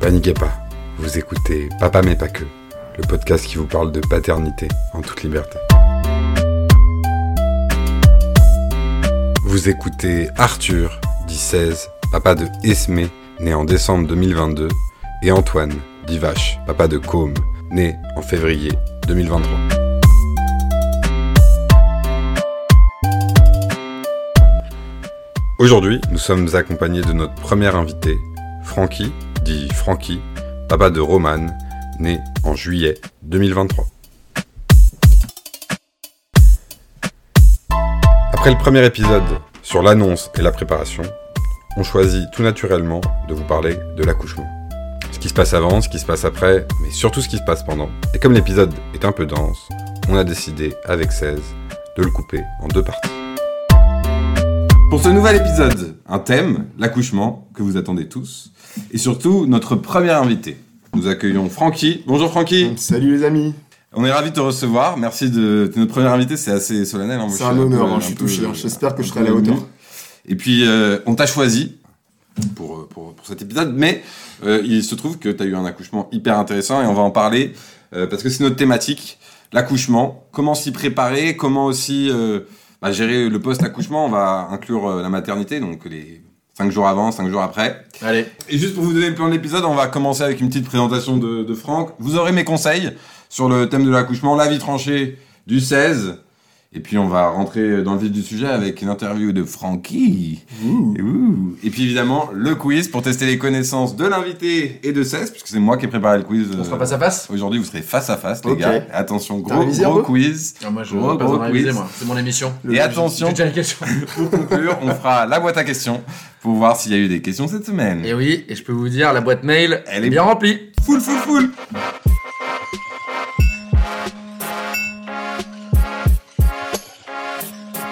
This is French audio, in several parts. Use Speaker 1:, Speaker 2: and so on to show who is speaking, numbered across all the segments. Speaker 1: paniquez pas, vous écoutez Papa mais pas que, le podcast qui vous parle de paternité en toute liberté. Vous écoutez Arthur, dit 16, papa de Esme, né en décembre 2022, et Antoine, dit Vache, papa de Côme, né en février 2023. Aujourd'hui, nous sommes accompagnés de notre premier invité, Francky, dit Francky, papa de Roman, né en juillet 2023. Après le premier épisode sur l'annonce et la préparation, on choisit tout naturellement de vous parler de l'accouchement. Ce qui se passe avant, ce qui se passe après, mais surtout ce qui se passe pendant. Et comme l'épisode est un peu dense, on a décidé, avec 16, de le couper en deux parties. Pour ce nouvel épisode, un thème, l'accouchement, que vous attendez tous, et surtout notre premier invité. Nous accueillons Francky. Bonjour Francky,
Speaker 2: Salut les amis
Speaker 1: on est ravis de te recevoir. Merci de t'es notre premier invité, c'est assez solennel. hein. Moi,
Speaker 2: C'est
Speaker 1: je
Speaker 2: un
Speaker 1: suis
Speaker 2: honneur,
Speaker 1: peu-
Speaker 2: hein, je suis
Speaker 1: peu- euh,
Speaker 2: touché, hein. J'espère que je
Speaker 1: un
Speaker 2: serai à la
Speaker 1: peu
Speaker 2: hauteur.
Speaker 1: ému. Et puis euh, on t'a choisi pour, euh, pour, pour cet épisode, mais euh, il se trouve que tu as eu un accouchement hyper intéressant et on va en parler euh, parce que c'est notre thématique, l'accouchement, comment s'y préparer, comment aussi euh, bah, gérer le post-accouchement, on va inclure euh, la maternité, donc les 5 jours avant, 5 jours après.
Speaker 2: Allez
Speaker 1: Et juste pour vous donner le plan de l'épisode, on va commencer avec une petite présentation de, de Franck. Vous aurez mes conseils sur le thème de l'accouchement, la vie tranchée du 16. Et puis on va rentrer dans le vif du sujet avec une interview de Francky. Et, ouh. Et puis évidemment, le quiz pour tester les connaissances de l'invité et de 16, puisque c'est moi qui ai préparé le quiz.
Speaker 3: On
Speaker 1: euh,
Speaker 3: sera face à face
Speaker 1: Aujourd'hui, vous serez face à face, les
Speaker 2: Ok.
Speaker 1: gars. Attention,
Speaker 2: T'as
Speaker 1: gros,
Speaker 2: révisé un
Speaker 1: gros
Speaker 2: peu
Speaker 1: quiz.
Speaker 3: ah, Moi, je
Speaker 1: Gros,
Speaker 3: pas besoin
Speaker 1: gros
Speaker 3: de réviser,
Speaker 1: quiz.
Speaker 3: moi. C'est mon émission.
Speaker 1: Et attention,
Speaker 3: J'ai déjà les questions.
Speaker 1: pour conclure, on fera la boîte à questions pour voir s'il y a eu des questions cette semaine.
Speaker 3: et oui, et je peux vous dire, la boîte mail,
Speaker 1: Elle
Speaker 3: elle
Speaker 1: est-
Speaker 3: est bien remplie.
Speaker 1: Full, full, full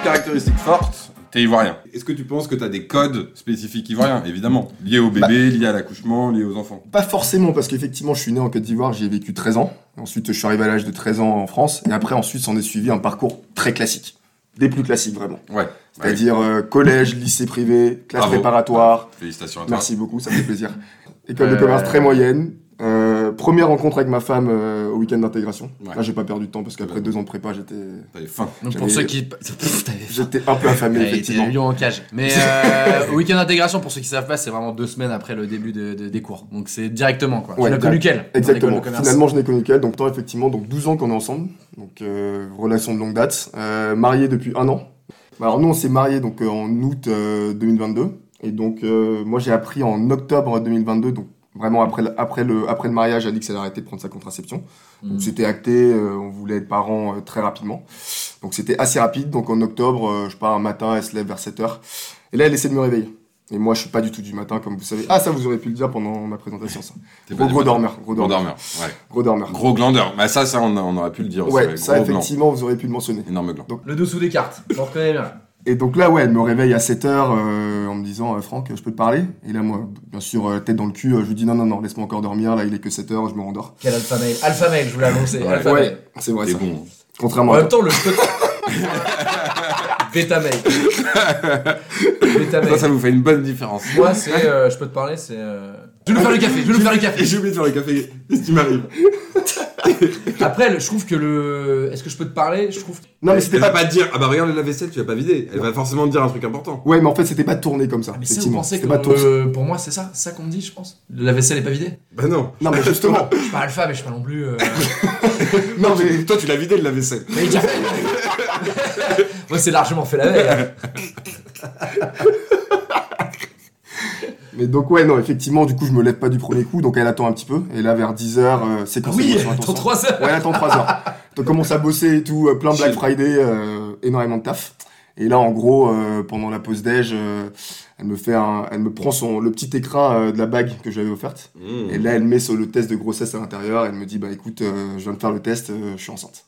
Speaker 1: Caractéristiques fortes, t'es ivoirien. Est-ce que tu penses que t'as des codes spécifiques ivoiriens, évidemment Liés au bébé, liés à l'accouchement, liés aux enfants.
Speaker 2: Pas forcément, parce qu'effectivement, je suis né en Côte d'Ivoire, j'y ai vécu 13 ans. Ensuite, je suis arrivé à l'âge de 13 ans en France. Et après, ensuite, s'en est suivi un parcours très classique. Des plus classiques, vraiment.
Speaker 1: Ouais.
Speaker 2: C'est-à-dire euh, collège, lycée privé, classe
Speaker 1: Bravo.
Speaker 2: préparatoire.
Speaker 1: Félicitations à toi.
Speaker 2: Merci beaucoup, ça me fait plaisir. École de
Speaker 3: Euh,
Speaker 2: commerce très moyenne. Euh, première rencontre avec ma femme euh, au week-end d'intégration.
Speaker 1: Ouais.
Speaker 2: Là, j'ai pas perdu de temps parce qu'après deux ans de prépa, j'étais
Speaker 1: T'avais faim.
Speaker 3: Donc
Speaker 2: J'avais-
Speaker 3: pour ceux qui. Pff, T'avais faim.
Speaker 2: j'étais un peu affamé,
Speaker 3: Ouais, t'es
Speaker 2: effectivement.
Speaker 3: lion en cage. Mais euh, au week-end d'intégration, pour ceux qui savent pas, c'est vraiment deux semaines après le début de- de- des cours. Donc c'est directement quoi.
Speaker 2: Ouais,
Speaker 3: tu l'as connu quelle dans l'école
Speaker 2: Exactement.
Speaker 3: de commerce
Speaker 2: Finalement, je n'ai connu qu'elle. Donc, temps, effectivement, donc 12 ans qu'on est ensemble. Donc, euh, relation de longue date. Euh, mariés depuis un an. Bah, Alors, nous, on s'est mariés donc, euh, en août euh, 2022. Et donc, euh, moi, j'ai appris en octobre 2022. Donc, vraiment après le, après le, après le mariage, elle a dit qu'elle arrêtait de prendre sa contraception.
Speaker 3: Mm.
Speaker 2: Donc, c'était acté. euh, on voulait être parents euh, très rapidement. Donc, c'était assez rapide. Donc, en octobre, euh, je pars un matin, elle se lève vers 7 h. Et là, elle essaie de me réveiller. Et moi, je suis pas du tout du matin, comme vous savez. Ah, ça, vous auriez pu le dire pendant ma présentation, ça.
Speaker 1: T'es
Speaker 2: Gros,
Speaker 1: pas
Speaker 2: gros
Speaker 1: du-
Speaker 2: dormeur, gros
Speaker 1: Gros
Speaker 2: dormeur,
Speaker 1: dormeur, ouais.
Speaker 2: gros dormeur.
Speaker 1: Gros glandeur. Bah ça, ça, on, on aurait pu le dire.
Speaker 2: ouais,
Speaker 1: aussi,
Speaker 2: ça
Speaker 1: Gros gland.
Speaker 2: effectivement, vous auriez pu le mentionner.
Speaker 1: Énorme gland.
Speaker 3: Le dessous des cartes, j'en reconnais bien.
Speaker 2: Et donc là, ouais, elle me réveille à 7h en me disant euh, Franck, je peux te parler Et là, moi, bien sûr, euh, tête dans le cul, euh, je lui dis non, non, non, laisse-moi encore dormir, là, il est que 7h, je me rendors.
Speaker 3: Quel alpha mail Alpha mail, je vous l'ai annoncé.
Speaker 1: Ouais.
Speaker 3: alpha mail.
Speaker 2: Ouais, c'est vrai
Speaker 1: T'es
Speaker 2: ça.
Speaker 1: bon.
Speaker 2: Contrairement
Speaker 3: En
Speaker 2: à
Speaker 3: même
Speaker 2: toi.
Speaker 3: temps, le. Beta mail. Beta mail.
Speaker 1: Ça, ça vous fait une bonne différence.
Speaker 3: Moi, c'est. euh, je peux te parler, c'est. euh, Je vais nous faire le café, je vais nous faire le café.
Speaker 1: Et j'ai oublié de faire le café. Qu'est-ce qui m'arrive
Speaker 3: Après, le- je trouve que le. Est-ce que je peux te parler Je trouve.
Speaker 2: Non, mais c'était
Speaker 1: Elle va
Speaker 2: pas.
Speaker 1: pas te dire, ah bah regarde la vaisselle, tu l'as pas vidée. Elle va forcément te dire un truc important.
Speaker 2: Ouais, mais en fait, c'était pas tourné comme ça.
Speaker 3: Ah, mais ça, vous
Speaker 2: effectivement.
Speaker 3: pensez que
Speaker 2: C'était pas
Speaker 3: dans
Speaker 2: tourné.
Speaker 3: le- pour moi, c'est ça, c'est ça qu'on me dit, je pense. La vaisselle est pas vidée.
Speaker 1: Bah non.
Speaker 2: Non, mais justement.
Speaker 3: Je suis pas alpha, mais je suis pas non plus. euh,
Speaker 2: non, mais.
Speaker 1: Toi, tu l'as vidé de la vaisselle.
Speaker 3: mais il y a- moi, c'est largement fait la veille. hein.
Speaker 2: Mais donc, ouais, non, effectivement, du coup, je me lève pas du premier coup, donc elle attend un petit peu. Et là, vers 10h, c'est quand
Speaker 3: Oui,
Speaker 2: c'est bon,
Speaker 3: dans
Speaker 2: attention.
Speaker 3: 3 heures.
Speaker 2: Ouais, attends 3 heures. Donc commence à bosser et tout, euh, plein Black
Speaker 1: Chill.
Speaker 2: Friday, euh, énormément de taf. Et là, en gros, euh, pendant la pause déj, euh, elle me fait un, elle me prend son le petit écrin euh, de la bague que j'avais offerte.
Speaker 1: Mmh. Mhm.
Speaker 2: Et là, elle met sur le test de grossesse à l'intérieur. Elle me dit, bah écoute, euh, je viens de faire le test, euh, je suis enceinte.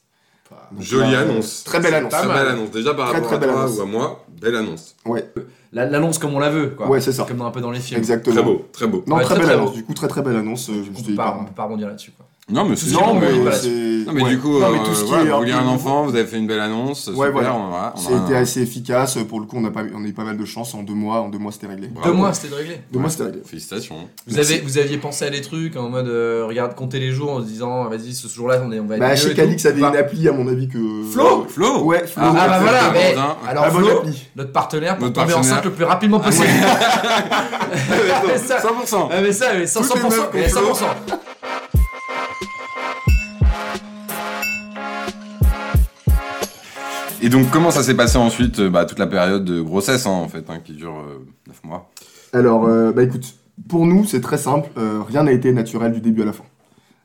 Speaker 2: Donc,
Speaker 1: Jolie
Speaker 2: là, euh,
Speaker 1: annonce.
Speaker 2: Très belle annonce.
Speaker 1: Très
Speaker 3: mal.
Speaker 1: belle annonce. Déjà par
Speaker 2: Très,
Speaker 1: rapport
Speaker 2: très
Speaker 1: à
Speaker 2: belle
Speaker 1: toi
Speaker 2: annonce.
Speaker 1: ou à moi, belle annonce.
Speaker 2: Ouais,
Speaker 3: La- L'annonce comme on la veut, quoi.
Speaker 2: ouais, c'est ça.
Speaker 3: Comme un peu dans les films.
Speaker 2: Exactement.
Speaker 1: Très beau, très beau.
Speaker 2: Non,
Speaker 3: Ouais,
Speaker 2: très,
Speaker 3: très,
Speaker 2: belle
Speaker 3: très
Speaker 2: annonce.
Speaker 3: beau.
Speaker 2: Du coup, très très belle annonce. euh, je me
Speaker 3: On
Speaker 2: suis dit,
Speaker 3: peut, pas,
Speaker 2: bah,
Speaker 3: on peut pas rebondir là-dessus, quoi.
Speaker 1: Non, mais c'est
Speaker 4: Non,
Speaker 1: sûr,
Speaker 4: mais
Speaker 1: ouais,
Speaker 4: voilà.
Speaker 2: c'est-
Speaker 1: Non, mais
Speaker 2: ouais.
Speaker 1: du coup,
Speaker 2: Non, mais
Speaker 1: euh,
Speaker 2: tout ce qui
Speaker 1: voilà,
Speaker 2: est
Speaker 1: vous vouliez un
Speaker 2: hors-
Speaker 1: enfant, Ah, vous avez fait une belle annonce.
Speaker 2: Ouais,
Speaker 1: super,
Speaker 2: voilà.
Speaker 1: on va.
Speaker 2: Ça a été assez efficace. Pour le coup, on a, pas, on a eu pas mal de chance. En deux mois, en deux mois, c'était réglé.
Speaker 1: Bravo.
Speaker 3: Deux mois, c'était de régler.
Speaker 2: Deux mois, c'était réglé.
Speaker 1: Félicitations.
Speaker 3: Vous,
Speaker 2: Merci.
Speaker 3: avez, vous aviez pensé à des trucs en mode euh, regarde, compter les jours en se disant ah, vas-y, ce jour-là, on, est- on va être.
Speaker 2: Bah,
Speaker 3: mieux
Speaker 2: chez
Speaker 3: et
Speaker 2: Calix
Speaker 3: tout.
Speaker 2: avait
Speaker 3: Enfin,
Speaker 2: une appli, à mon avis, que.
Speaker 3: Flo
Speaker 1: Euh, Flo
Speaker 2: Ouais, Flo.
Speaker 3: Ah, bah
Speaker 2: ouais,
Speaker 3: voilà,
Speaker 2: Flo.
Speaker 3: mais-
Speaker 1: Hein.
Speaker 3: alors
Speaker 2: La bonne
Speaker 3: Flo,
Speaker 2: appli.
Speaker 3: Ah, notre partenaire pour
Speaker 1: Notre
Speaker 3: tomber
Speaker 1: partenaire.
Speaker 3: enceinte le plus rapidement
Speaker 2: Ah,
Speaker 3: possible. mais ça,
Speaker 1: 100%.
Speaker 3: ah, mais ça, mais 100%,
Speaker 2: Toutes les meufs
Speaker 3: mais
Speaker 2: qu'on
Speaker 3: 100%.
Speaker 1: Et donc, comment ça s'est passé ensuite euh, bah, Toute la période de grossesse, hein, en fait, hein, qui dure 9 mois.
Speaker 2: Alors, euh, bah écoute, pour nous, c'est très simple. euh, rien n'a été naturel du début à la fin.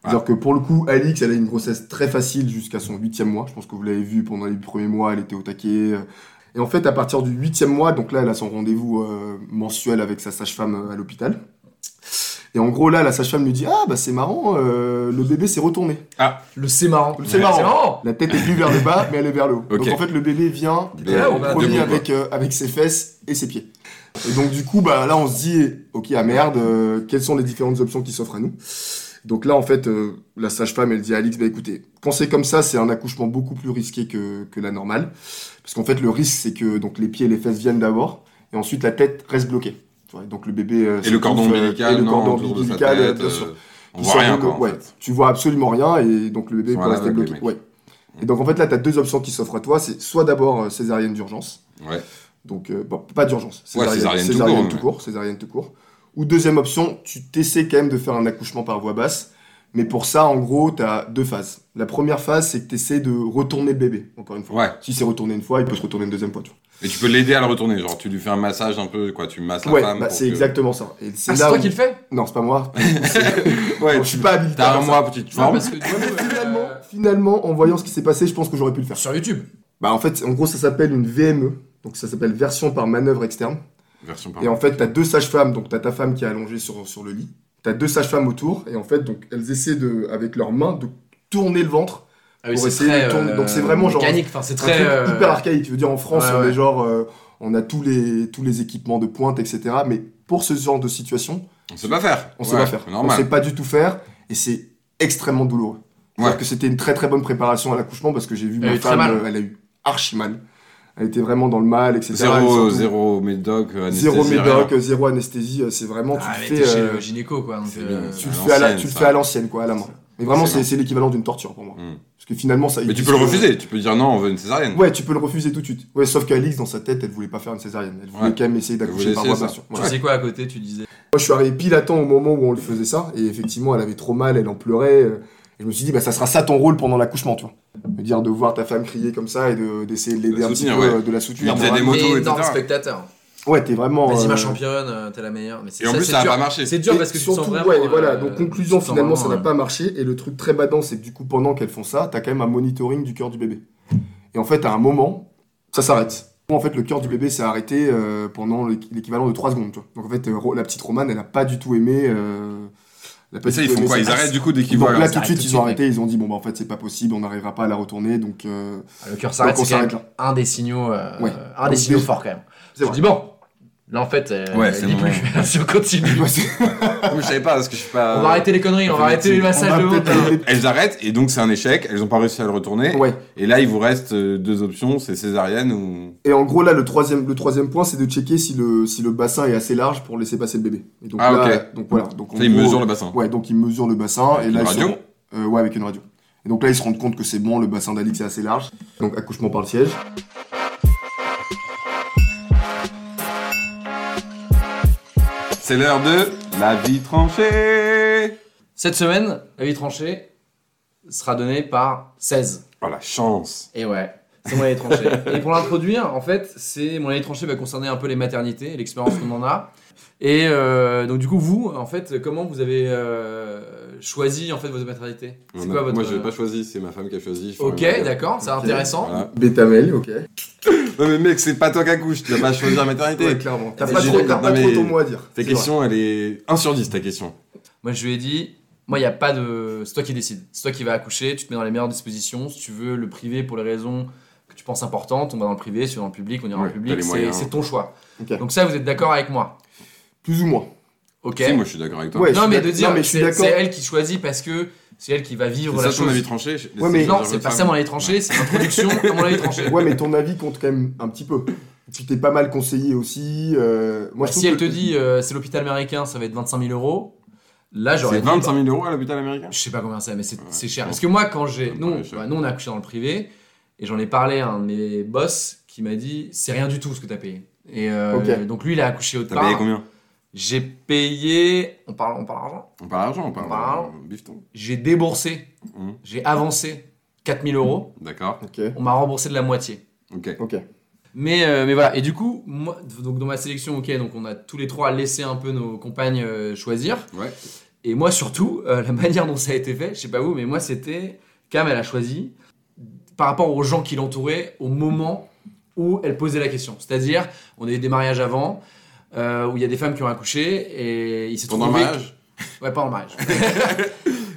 Speaker 3: Ah.
Speaker 2: C'est-à-dire que pour le coup, Alix, elle a eu une grossesse très facile jusqu'à son huitième mois. Je pense que vous l'avez vu pendant les premiers mois, elle était au taquet. Et en fait, à partir du huitième mois, donc là, elle a son rendez-vous euh, mensuel avec sa sage-femme euh, à l'hôpital. Et en gros, là, la sage-femme lui dit Ah, bah c'est marrant, euh, le bébé s'est retourné.
Speaker 3: Le c'est marrant.
Speaker 2: Le c'est marrant.
Speaker 3: C'est marrant.
Speaker 2: La tête est plus vers le bas, mais elle est vers le haut.
Speaker 1: Ok.
Speaker 2: Donc en fait, le bébé vient
Speaker 1: Il est
Speaker 2: euh, en
Speaker 1: debout,
Speaker 2: premier
Speaker 1: quoi.
Speaker 2: avec, euh, avec ses fesses et ses pieds. Et donc du coup, bah là, on se dit, ok, ah merde, euh, quelles sont les différentes options qui s'offrent à nous Donc là, en fait, euh, la sage-femme, elle dit à Alix, bah écoutez, quand c'est comme ça, c'est un accouchement beaucoup plus risqué que, que la normale. Parce qu'en fait, le risque, c'est que donc les pieds et les fesses viennent d'abord, et ensuite la tête reste bloquée. Tu vois, donc le bébé... euh,
Speaker 1: Et
Speaker 2: se
Speaker 1: le
Speaker 2: bouffe,
Speaker 1: cordon
Speaker 2: euh,
Speaker 1: ombilical,
Speaker 2: et le
Speaker 1: non,
Speaker 2: cordon
Speaker 1: autour de sa
Speaker 2: ombilical, euh,
Speaker 1: tête,
Speaker 2: bien sûr.
Speaker 1: euh, on
Speaker 2: Qui
Speaker 1: voit
Speaker 2: sort
Speaker 1: rien,
Speaker 2: de-
Speaker 1: quoi. en
Speaker 2: ouais,
Speaker 1: fait.
Speaker 2: tu vois absolument rien et donc le
Speaker 1: Ils
Speaker 2: bébé
Speaker 1: sont
Speaker 2: peut rester
Speaker 1: aveugles, les
Speaker 2: bloqué.
Speaker 1: mecs.
Speaker 2: Ouais. Et donc en fait là, t'as deux options qui s'offrent à toi. C'est soit d'abord euh, césarienne d'urgence,
Speaker 1: Ouais.
Speaker 2: donc euh, bon, pas d'urgence,
Speaker 1: Ouais, césarienne tout court,
Speaker 2: tout
Speaker 1: ouais.
Speaker 2: court, césarienne tout court. Ou deuxième option, tu t'essaies quand même de faire un accouchement par voie basse. Mais pour ça, en gros, t'as deux phases. La première phase, c'est que t'essaies de retourner le bébé, encore une fois.
Speaker 1: Ouais.
Speaker 2: Si c'est retourné une fois, il peut se retourner une deuxième fois. tu vois.
Speaker 1: Et tu peux l'aider à le retourner. Genre, tu lui fais un massage un peu, quoi. Tu masses la
Speaker 2: Ouais,
Speaker 1: femme.
Speaker 2: bah,
Speaker 1: pour
Speaker 2: c'est
Speaker 1: que-
Speaker 2: exactement ça. Et
Speaker 3: Ah,
Speaker 2: c'est
Speaker 3: c'est
Speaker 2: là
Speaker 3: toi
Speaker 2: où-
Speaker 3: qui le fais
Speaker 2: Non, c'est pas moi.
Speaker 1: Ouais,
Speaker 2: je suis pas habilité. à
Speaker 1: T'as un
Speaker 2: faire ça.
Speaker 1: mois, petite forme.
Speaker 3: Parce que du
Speaker 2: Ouais, mais
Speaker 3: coup, euh,
Speaker 2: finalement, finalement, en voyant ce qui s'est passé, je pense que j'aurais pu le faire.
Speaker 3: Sur YouTube.
Speaker 2: Bah en fait, en gros, ça s'appelle une VME. Donc ça s'appelle version par manœuvre externe.
Speaker 1: Version
Speaker 3: Ah.
Speaker 2: Et en fait, t'as deux sages-femmes. Donc t'as ta femme qui est allongée sur, sur le lit. T'as deux sages-femmes autour. Et en fait, donc elles essaient de, avec leurs mains de tourner le ventre.
Speaker 3: Ah oui,
Speaker 2: Pour
Speaker 3: c'est
Speaker 2: essayer de
Speaker 3: très,
Speaker 2: tourner. Donc,
Speaker 3: euh,
Speaker 2: c'est vraiment genre-
Speaker 3: mécanique. Enfin, c'est très.
Speaker 2: Un truc
Speaker 3: euh,
Speaker 2: hyper archaïque. Je veux dire, en France,
Speaker 3: ouais,
Speaker 2: on est
Speaker 3: ouais.
Speaker 2: genre, euh, on a tous les tous les équipements de pointe, etc. Mais pour ce genre de situation,
Speaker 1: On sait pas faire.
Speaker 2: on sait
Speaker 1: Ouais,
Speaker 2: pas faire. On
Speaker 1: Normal.
Speaker 2: sait pas du tout faire. Et c'est extrêmement douloureux.
Speaker 1: Ouais.
Speaker 2: C'est-à-dire que c'était une très très bonne préparation à l'accouchement parce que j'ai vu
Speaker 3: Elle a
Speaker 2: ma
Speaker 3: eu très
Speaker 2: femme,
Speaker 3: mal.
Speaker 2: euh, elle a eu archi mal. Elle était vraiment dans le mal, etc. Et
Speaker 1: Zéro,
Speaker 2: surtout-
Speaker 1: zéro médoc, euh, anesthésie,
Speaker 2: Zéro
Speaker 1: rien.
Speaker 2: médoc, zéro anesthésie, euh, c'est vraiment, tu
Speaker 3: Ah, mais
Speaker 2: le
Speaker 3: t'es
Speaker 2: fais,
Speaker 3: chez
Speaker 2: euh,
Speaker 3: le gynéco, quoi. donc,
Speaker 1: c'est
Speaker 3: euh,
Speaker 1: bien,
Speaker 2: tu
Speaker 1: À
Speaker 2: le fais à la-
Speaker 1: l'ancienne,
Speaker 2: tu le
Speaker 1: ça.
Speaker 2: fais à l'ancienne, quoi, à la main. Mais vraiment,
Speaker 1: C'est
Speaker 2: c'est c'est l'équivalent d'une torture pour moi.
Speaker 1: Mm.
Speaker 2: Parce que finalement, ça.
Speaker 1: Mais tu peux le refuser. Tu peux dire non, on veut une césarienne.
Speaker 2: Ouais, tu peux le refuser tout de suite. Ouais, sauf qu'Alix, dans sa tête, elle voulait pas faire une césarienne. Elle voulait
Speaker 1: Ouais.
Speaker 2: quand même essayer
Speaker 1: voulait
Speaker 2: d'accoucher par
Speaker 1: essayer
Speaker 2: voie
Speaker 1: ça.
Speaker 2: basse.
Speaker 3: Tu
Speaker 2: Voilà.
Speaker 3: sais quoi à côté, tu disais
Speaker 2: Moi, je suis arrivé pile à temps au moment où on le faisait ça, et effectivement, elle avait trop mal, elle en pleurait. euh, Et je me suis dit, bah, ça sera ça ton rôle pendant l'accouchement, tu vois. Me dire de voir ta femme crier comme ça et de- d'essayer de, l'aider
Speaker 1: La
Speaker 2: un petit
Speaker 1: soutenir,
Speaker 2: peu,
Speaker 1: ouais.
Speaker 2: euh, de la soutenir.
Speaker 1: Il faisait des
Speaker 2: moralement.
Speaker 1: motos,
Speaker 3: Énorme
Speaker 1: etc.
Speaker 3: spectateur.
Speaker 2: Ouais, t'es vraiment.
Speaker 3: Vas-y, ma
Speaker 2: euh,
Speaker 3: championne, euh, t'es la meilleure. Mais c'est
Speaker 1: Et en plus,
Speaker 3: c'est
Speaker 1: ça a
Speaker 3: dur.
Speaker 1: pas marché.
Speaker 3: C'est dur
Speaker 2: Et
Speaker 3: parce que
Speaker 2: surtout,
Speaker 3: tu sens vraiment.
Speaker 2: ouais, et voilà.
Speaker 3: euh,
Speaker 2: Donc
Speaker 3: tu
Speaker 2: conclusion,
Speaker 3: sens
Speaker 2: finalement, ça
Speaker 3: vraiment, euh,
Speaker 2: n'a pas marché. Et le truc très badant, c'est que du coup, pendant qu'elles font ça, t'as quand même un monitoring du cœur du bébé. Et en fait, à un moment, ça s'arrête. En fait, le cœur du bébé s'est arrêté euh, pendant l'équ- l'équivalent de 3 secondes. tu vois. Donc en fait, euh, Ro- la petite Romane, elle a pas du tout aimé. euh, elle a pas
Speaker 1: Mais
Speaker 2: du
Speaker 1: ça, ils
Speaker 2: tout
Speaker 1: font
Speaker 2: aimé
Speaker 1: quoi
Speaker 2: ça.
Speaker 1: Ils arrêtent du coup dès qu'ils voient.
Speaker 2: Donc
Speaker 1: euh, leur-
Speaker 2: là, Ah, tout de
Speaker 3: s'arrêter
Speaker 2: suite,
Speaker 3: tout
Speaker 2: ils
Speaker 3: de
Speaker 2: ont
Speaker 3: suite,
Speaker 2: arrêté. Ils ont dit bon, bah en fait, c'est pas possible, on n'arrivera pas à la retourner. Donc euh,
Speaker 3: euh, Le cœur s'arrête,
Speaker 2: Donc, on
Speaker 3: c'est quand même
Speaker 2: s'arrête
Speaker 3: un des signaux, euh,
Speaker 2: Ouais.
Speaker 3: un des
Speaker 2: Donc,
Speaker 3: signaux
Speaker 2: des-
Speaker 3: forts quand même.
Speaker 2: c'est
Speaker 3: Je
Speaker 2: vrai.
Speaker 3: dis bon, là en fait, euh,
Speaker 1: Ouais, c'est
Speaker 3: elle dit
Speaker 1: le
Speaker 3: plus, si on continue.
Speaker 2: Ouais, c'est-
Speaker 1: Mais Je savais pas parce que je suis pas.
Speaker 3: On va arrêter les conneries, on
Speaker 1: on
Speaker 3: va
Speaker 1: va
Speaker 3: arrêter les
Speaker 1: peut-être-
Speaker 3: massages de
Speaker 2: on va
Speaker 3: ventre.
Speaker 2: peut-être
Speaker 3: hein.
Speaker 2: aller-
Speaker 1: Elles arrêtent et donc c'est un échec. Elles ont pas réussi à le retourner.
Speaker 2: ouais.
Speaker 1: Et là, il vous reste euh, deux options, c'est césarienne ou.
Speaker 2: Et en gros, là, le troisième, le troisième point, c'est de checker si le, si le bassin est assez large pour laisser passer le bébé. Et donc,
Speaker 1: Ah,
Speaker 2: là, donc voilà. Donc, en
Speaker 1: Ça, ils
Speaker 2: gros,
Speaker 1: mesurent le bassin.
Speaker 2: Ouais, donc ils mesurent le bassin.
Speaker 1: Avec
Speaker 2: et
Speaker 1: une
Speaker 2: là, ils
Speaker 1: radio
Speaker 2: se- euh, Ouais, avec une radio. Et donc là, ils se rendent compte que c'est bon, le bassin d'Alix est assez large. Donc accouchement par le siège.
Speaker 1: C'est l'heure de la vie tranchée.
Speaker 3: Cette semaine, la vie tranchée sera donnée par 16.
Speaker 1: Oh la chance.
Speaker 3: Et ouais. C'est mon année tranchée. Et pour l'introduire, en fait, c'est mon année tranchée va concerner un peu les maternités, et l'expérience qu'on en a. Et euh, donc du coup, vous, en fait, comment vous avez euh, choisi en fait votre maternité C'est
Speaker 1: On a-
Speaker 3: quoi votre euh,
Speaker 1: Moi, j'ai pas choisi, c'est ma femme qui a choisi.
Speaker 3: Ok, d'accord, c'est
Speaker 2: Ok.
Speaker 3: intéressant.
Speaker 1: Voilà.
Speaker 2: Bétamel, ok.
Speaker 1: Non mais mec, c'est pas toi qui accouche, tu vas pas choisir la maternité.
Speaker 2: Ouais, clairement. T'as
Speaker 3: Mais
Speaker 2: pas
Speaker 3: j'ai-
Speaker 2: trop, t'as
Speaker 1: non,
Speaker 2: pas
Speaker 1: mais-
Speaker 2: trop ton mot à dire.
Speaker 1: Ta
Speaker 2: C'est
Speaker 1: question, elle est 1 sur 10, ta question.
Speaker 3: Moi, je lui ai dit, moi, il n'y a pas de. C'est toi qui décides. C'est toi qui vas accoucher, tu te mets dans les meilleures dispositions. Si tu veux le privé pour les raisons que tu penses importantes, on va dans le privé. Si tu veux dans le public, on ira dans
Speaker 1: Ouais,
Speaker 3: le
Speaker 1: t'as les
Speaker 3: public. C'est
Speaker 1: moyens.
Speaker 3: c'est ton choix.
Speaker 2: Ok.
Speaker 3: Donc, ça, vous êtes d'accord avec moi
Speaker 2: vrai. Plus ou moins.
Speaker 3: Ok.
Speaker 1: Si, moi je suis d'accord avec toi.
Speaker 2: Ouais, je
Speaker 3: non,
Speaker 2: suis
Speaker 3: mais
Speaker 2: d'ac-
Speaker 3: de dire,
Speaker 2: non, mais je suis
Speaker 3: c'est
Speaker 2: d'accord.
Speaker 3: c'est elle qui choisit parce que C'est elle qui va vivre
Speaker 1: C'est
Speaker 3: la
Speaker 1: ça ton
Speaker 3: chose.
Speaker 1: avis tranché
Speaker 2: Ouais, mais-
Speaker 3: Non, c'est pas ça mon avis tranché, c'est l'introduction à mon avis tranché.
Speaker 2: Ouais, mais ton avis compte quand même un petit peu. Tu t'es pas mal conseillé aussi. euh, moi, je
Speaker 3: si
Speaker 2: trouve
Speaker 3: elle te
Speaker 2: que-
Speaker 3: dit euh, c'est l'hôpital américain, ça va être 25 000 euros, là j'aurais
Speaker 1: C'est
Speaker 3: dit, euh,
Speaker 1: 25 000 euros à l'hôpital américain
Speaker 3: Je sais pas combien c'est, mais c'est
Speaker 1: Ouais,
Speaker 3: c'est cher.
Speaker 1: bon.
Speaker 3: Parce que moi, quand j'ai.
Speaker 1: Ça me
Speaker 3: Nous,
Speaker 1: paraît cher.
Speaker 3: bah, nous, on a accouché dans le privé, et j'en ai parlé à un de mes boss qui m'a dit c'est rien du tout ce que t'as payé. Et euh,
Speaker 2: Ok.
Speaker 3: donc lui, il a accouché au
Speaker 1: T'as payé
Speaker 3: part.
Speaker 1: combien
Speaker 3: J'ai payé. On parle, on parle argent.
Speaker 1: On parle argent, on
Speaker 3: On parle argent.
Speaker 1: parle bifton.
Speaker 3: J'ai déboursé,
Speaker 1: Mhm.
Speaker 3: j'ai avancé 4000 euros.
Speaker 1: D'accord,
Speaker 2: Ok,
Speaker 3: On m'a remboursé de la moitié.
Speaker 1: ok.
Speaker 2: ok.
Speaker 3: Mais, euh, mais voilà, et du coup, moi, donc dans ma sélection, ok, donc on a tous les trois laissé un peu nos compagnes euh, choisir.
Speaker 1: Ouais.
Speaker 3: Et moi surtout, euh, la manière dont ça a été fait, je sais pas vous, mais moi c'était Cam, elle a choisi par rapport aux gens qui l'entouraient au moment où elle posait la question. C'est-à-dire, on a eu des mariages avant euh, où il y a des femmes qui ont accouché et il s'est
Speaker 1: Pendant le
Speaker 3: trouvé
Speaker 1: mariage
Speaker 3: Ouais, pas en mariage.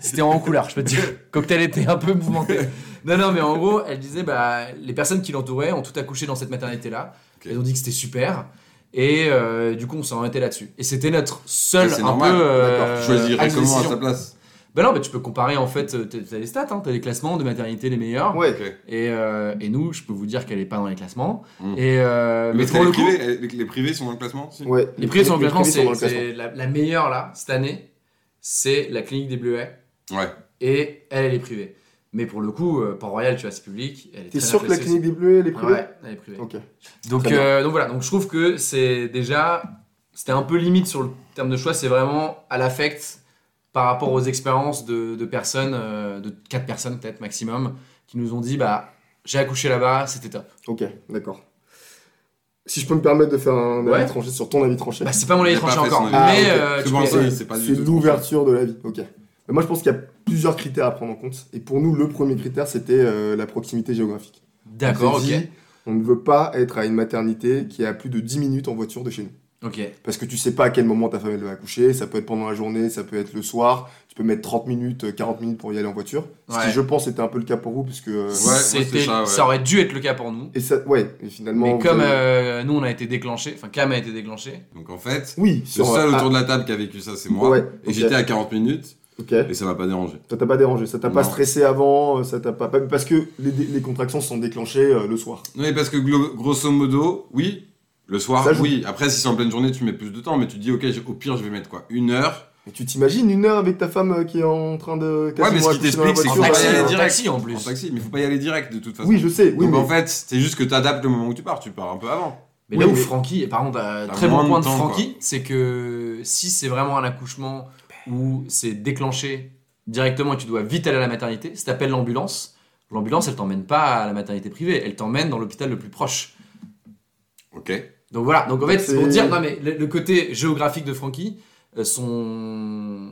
Speaker 3: C'était en couleur, je peux te dire. Cocktail était un peu mouvementé. Non, non, mais en gros, elle disait, bah, les personnes qui l'entouraient ont tout accouché dans cette maternité-là.
Speaker 1: Ok.
Speaker 3: Elles ont dit que c'était super. Et euh, du coup, on s'est arrêté là-dessus. Et c'était notre seul,
Speaker 1: Ça, c'est
Speaker 3: un
Speaker 1: normal.
Speaker 3: peu.
Speaker 1: Tu
Speaker 3: Euh,
Speaker 1: choisirais
Speaker 3: axe de
Speaker 1: comment à
Speaker 3: décision.
Speaker 1: sa place
Speaker 3: Bah non, mais tu peux comparer en fait, euh, t'as t'as les stats, hein, t'as les classements de maternité les meilleurs.
Speaker 2: Ouais,
Speaker 1: Ok.
Speaker 3: Et, euh, et nous, je peux vous dire qu'elle est pas dans les classements.
Speaker 1: Mm.
Speaker 3: Et euh, mais,
Speaker 1: Mais
Speaker 3: pour
Speaker 1: les
Speaker 3: le coup,
Speaker 1: privés, les- euh, les privés sont dans le classement si
Speaker 2: ouais.
Speaker 3: les prix sont en
Speaker 2: les
Speaker 3: classement,
Speaker 2: privés sont dans
Speaker 3: c'est
Speaker 2: le classement.
Speaker 3: c'est la, la meilleure là cette année, c'est la clinique des Bleuets
Speaker 1: Ouais.
Speaker 3: et elle, elle est privée. Mais pour le coup, euh, Port-Royal, tu vois, c'est public. Elle est
Speaker 2: T'es
Speaker 3: très
Speaker 2: sûr que la
Speaker 3: appréciée
Speaker 2: clinique des Bleus, elle est
Speaker 3: aussi.
Speaker 2: privée
Speaker 3: Ouais, elle est privée.
Speaker 2: Ok.
Speaker 3: Donc,
Speaker 2: Très bien.
Speaker 3: euh, donc voilà, donc je trouve que c'est déjà, c'était un peu limite sur le terme de choix, c'est vraiment à l'affect par rapport aux expériences de, de personnes, euh, de quatre personnes peut-être maximum, qui nous ont dit bah j'ai accouché là-bas, c'était top.
Speaker 2: Ok, d'accord. Si je peux me permettre de faire un avis
Speaker 3: Ouais.
Speaker 2: tranché sur ton avis tranché,
Speaker 3: Bah c'est pas mon avis
Speaker 1: Il a pas fait
Speaker 3: tranché
Speaker 1: son
Speaker 3: encore,
Speaker 1: avis.
Speaker 3: mais
Speaker 2: Ah, ok.
Speaker 3: euh,
Speaker 1: C'est
Speaker 3: tu
Speaker 1: bon,
Speaker 3: peux-
Speaker 1: ça, c'est pas
Speaker 2: c'est
Speaker 1: du tout.
Speaker 2: l'ouverture de la vie. Ok. Mais moi, je pense qu'il y a plusieurs critères à prendre en compte. Et pour nous, le premier critère, c'était euh, la proximité géographique. On
Speaker 3: d'accord,
Speaker 2: s'est
Speaker 3: ok,
Speaker 2: dit, On ne veut pas être à une maternité qui est à plus de 10 minutes en voiture de chez nous.
Speaker 3: ok,
Speaker 2: Parce que tu sais pas à quel moment ta femme elle va accoucher, ça peut être pendant la journée, ça peut être le soir, tu peux mettre 30 minutes, euh, 40 minutes pour y aller en voiture. Ce
Speaker 3: Ouais.
Speaker 2: qui je pense était un peu le cas pour vous, puisque... euh,
Speaker 1: Ouais, moi, c'est
Speaker 3: c'était,
Speaker 1: ça,
Speaker 3: ça,
Speaker 1: ouais.
Speaker 3: aurait dû être le cas pour nous,
Speaker 2: Et ça, ouais, et finalement...
Speaker 3: mais
Speaker 2: vous
Speaker 3: comme
Speaker 2: avez-
Speaker 3: euh, nous on a été déclenché, enfin Cam a été déclenché,
Speaker 1: Donc en fait,
Speaker 2: Oui,
Speaker 1: le
Speaker 2: sur...
Speaker 1: seul
Speaker 2: ah,
Speaker 1: autour de la table qui a vécu ça, c'est moi.
Speaker 2: Ouais,
Speaker 1: Et
Speaker 2: ok.
Speaker 1: j'étais à 40 minutes
Speaker 2: ah, Ok,
Speaker 1: et ça m'a pas dérangé.
Speaker 2: ça t'a pas dérangé, ça t'a pas
Speaker 1: Non.
Speaker 2: stressé avant, euh, ça t'a pas... Parce que les, dé- les contractions sont déclenchées euh, le soir.
Speaker 1: Non, mais parce que glo- grosso modo, oui, le soir,
Speaker 2: Ça joue.
Speaker 1: oui. Après, si c'est en pleine journée, tu mets plus de temps, mais tu dis, ok, j'ai- au pire, je vais mettre quoi Une heure
Speaker 2: Et tu t'imagines une heure avec ta femme euh, qui est en train de... quasiment
Speaker 1: mais ce qui
Speaker 2: accoucher dans la
Speaker 1: t'explique, c'est
Speaker 3: en
Speaker 1: qu'on va y
Speaker 2: voiture,
Speaker 3: taxi,
Speaker 2: euh,
Speaker 1: aller
Speaker 3: en
Speaker 1: direct.
Speaker 3: taxi en
Speaker 1: en
Speaker 3: plus.
Speaker 1: taxi, mais faut pas y aller direct de toute façon.
Speaker 2: Oui, je sais, oui,
Speaker 1: Donc
Speaker 2: mais...
Speaker 1: en fait, c'est juste que t'adaptes le moment où tu pars. Tu pars un peu avant.
Speaker 3: Mais
Speaker 2: Oui,
Speaker 3: là où
Speaker 2: mais-
Speaker 3: Francky, et par contre, euh,
Speaker 1: T'as
Speaker 3: très
Speaker 1: moins
Speaker 3: bon
Speaker 1: de
Speaker 3: point de
Speaker 1: temps,
Speaker 3: Francky, c'est que si c'est vraiment un accouchement où c'est déclenché directement et tu dois vite aller à la maternité, si t'appelles l'ambulance, l'ambulance elle t'emmène pas à la maternité privée, elle t'emmène dans l'hôpital le plus proche.
Speaker 1: Ok.
Speaker 3: Donc voilà, donc en fait, c'est pour
Speaker 2: C'est-
Speaker 3: dire, non mais le, le côté géographique de Francky, euh, son.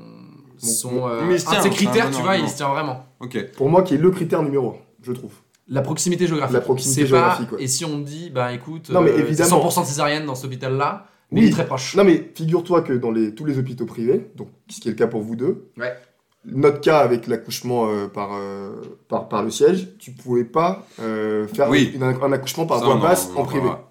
Speaker 3: son
Speaker 2: mon-
Speaker 3: euh,
Speaker 1: mais il se tient,
Speaker 3: un de ses
Speaker 1: c'est un
Speaker 3: critères,
Speaker 1: bon
Speaker 3: tu vois, il
Speaker 1: argument.
Speaker 3: se tient vraiment.
Speaker 1: Ok.
Speaker 2: Pour moi, qui est le critère numéro un, je trouve.
Speaker 3: La proximité géographique.
Speaker 2: La proximité
Speaker 3: C'est pas-
Speaker 2: géographique, ouais.
Speaker 3: Et si on me dit, bah écoute,
Speaker 2: Non, mais
Speaker 3: euh, c'est
Speaker 2: évidemment.
Speaker 3: 100% de césarienne dans cet hôpital-là, mais
Speaker 2: Oui.
Speaker 3: il est très proche.
Speaker 2: Non mais figure-toi que dans les, tous les hôpitaux privés, donc ce qui est le cas pour vous deux,
Speaker 3: Ouais.
Speaker 2: notre cas avec l'accouchement euh, par, euh, par, par le siège, tu pouvais pas euh, faire
Speaker 1: Oui.
Speaker 2: une- un accouchement par
Speaker 1: Ça,
Speaker 2: voie
Speaker 1: on en-
Speaker 2: basse
Speaker 1: on
Speaker 2: en
Speaker 1: en
Speaker 2: privé.
Speaker 1: parlera.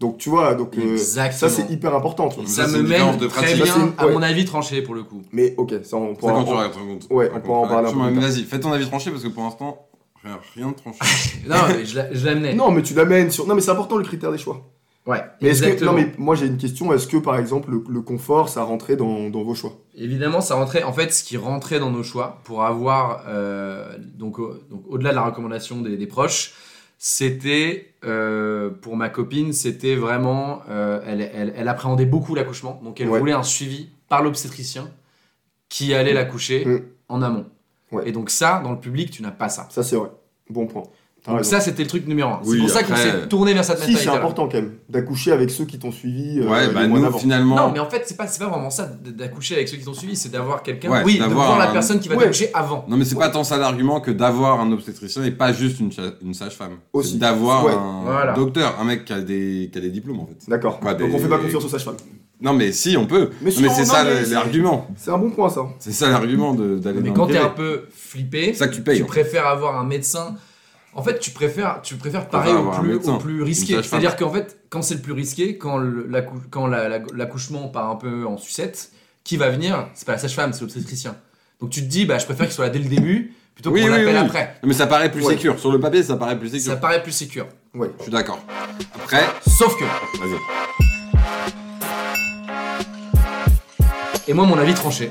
Speaker 2: Donc tu vois, donc euh, ça
Speaker 3: Exactement.
Speaker 2: c'est hyper important. tu vois.
Speaker 1: Donc,
Speaker 3: Ça,
Speaker 1: c'est
Speaker 3: me
Speaker 1: une différence
Speaker 3: mène
Speaker 1: de
Speaker 3: très
Speaker 1: pratique.
Speaker 3: bien,
Speaker 2: Ça, c'est-
Speaker 3: à
Speaker 2: ouais.
Speaker 3: mon avis, tranché pour le coup.
Speaker 2: Mais ok, ça on
Speaker 1: Ça,
Speaker 2: pourra...
Speaker 1: quand tu
Speaker 2: on-
Speaker 1: l'auras raconté.
Speaker 2: Ouais, on
Speaker 1: raconte-
Speaker 2: pourra en parler un peu
Speaker 1: Mais
Speaker 2: plus
Speaker 1: Vas-y, fais ton avis tranché parce que pour l'instant, rien, rien de tranché.
Speaker 3: Non, mais je la- je l'amenais.
Speaker 2: Non mais tu l'amènes sur... Non mais c'est important le critère des choix.
Speaker 3: Ouais,
Speaker 2: Mais est-ce que...
Speaker 3: exactement.
Speaker 2: Non mais moi j'ai une question, est-ce que par exemple le, le confort ça rentrait dans, dans vos choix
Speaker 3: Évidemment, ça rentrait. En fait, ce qui rentrait dans nos choix pour avoir. euh, donc, au- donc, au-delà de la recommandation des, des proches, c'était. euh, pour ma copine, c'était vraiment. euh, elle, elle- elle appréhendait beaucoup l'accouchement. Donc, elle
Speaker 2: Ouais.
Speaker 3: voulait un suivi par l'obstétricien qui allait l'accoucher
Speaker 2: Mm.
Speaker 3: en amont.
Speaker 2: Ouais.
Speaker 3: Et donc, ça, dans le public, tu n'as pas ça.
Speaker 2: Ça c'est vrai, bon point. T'as
Speaker 3: Donc,
Speaker 2: raison.
Speaker 3: ça, c'était le truc numéro un.
Speaker 1: Oui,
Speaker 3: c'est pour ça qu'on
Speaker 1: après-
Speaker 3: s'est tourné vers cette
Speaker 2: Ah Si c'est
Speaker 3: mentalité-là.
Speaker 2: important quand même, d'accoucher avec ceux qui t'ont suivi euh,
Speaker 1: ouais,
Speaker 2: les
Speaker 1: bah
Speaker 2: mois
Speaker 1: nous,
Speaker 2: d'avant.
Speaker 1: finalement.
Speaker 3: Non, mais en fait, c'est pas, c'est pas vraiment ça d- d'accoucher avec ceux qui t'ont suivi, c'est d'avoir quelqu'un,
Speaker 1: Ouais,
Speaker 3: oui, de
Speaker 1: d'avoir
Speaker 3: voir la
Speaker 1: un-
Speaker 3: personne qui va
Speaker 2: Ouais.
Speaker 3: t'accoucher avant.
Speaker 1: Non, mais c'est pas tant ça l'argument que d'avoir un obstétricien et pas juste une, cha- une sage-femme.
Speaker 2: Aussi.
Speaker 1: C'est D'avoir
Speaker 2: Ouais.
Speaker 1: un
Speaker 3: Voilà.
Speaker 1: docteur, un mec qui a des, qui a des diplômes en fait.
Speaker 2: D'accord.
Speaker 1: Ouais,
Speaker 2: Donc
Speaker 1: mais-
Speaker 2: on fait pas confiance aux sages-femmes.
Speaker 1: Non, mais si, on peut.
Speaker 2: Mais
Speaker 1: Mais,
Speaker 2: si,
Speaker 1: mais
Speaker 2: on-
Speaker 1: c'est
Speaker 2: non,
Speaker 1: ça
Speaker 2: mais
Speaker 1: le-
Speaker 2: c'est-
Speaker 1: l'argument.
Speaker 2: C'est un bon point ça.
Speaker 1: C'est ça l'argument de- d'aller
Speaker 3: Mais
Speaker 1: dans
Speaker 3: quand
Speaker 1: le
Speaker 3: t'es
Speaker 1: privé.
Speaker 3: un peu flippé,
Speaker 1: C'est ça hein. que tu payes.
Speaker 3: tu
Speaker 1: en fait.
Speaker 3: préfères avoir un médecin. En fait, tu préfères, tu préfères parer
Speaker 1: préfères
Speaker 3: au
Speaker 1: avoir un
Speaker 3: plus,
Speaker 1: médecin,
Speaker 3: au plus risqué.
Speaker 1: sage-femme.
Speaker 3: C'est-à-dire qu'en fait, quand c'est le plus risqué, quand le- l'accou- quand la- la- l'accouchement part un peu en sucette, qui va venir C'est pas la sage-femme, c'est l'obstétricien. Donc tu te dis, bah, je préfère qu'il soit là dès le début plutôt
Speaker 1: Oui,
Speaker 3: qu'on
Speaker 1: oui,
Speaker 3: l'appelle
Speaker 1: oui.
Speaker 3: après.
Speaker 1: Mais ça paraît plus
Speaker 2: Ouais.
Speaker 1: sécure. Sur le papier, ça paraît plus sécure.
Speaker 3: Ça paraît plus sécure.
Speaker 2: Ouais.
Speaker 1: Je suis d'accord. Après,
Speaker 3: Sauf que.
Speaker 1: vas-y.
Speaker 3: Et moi, mon avis tranché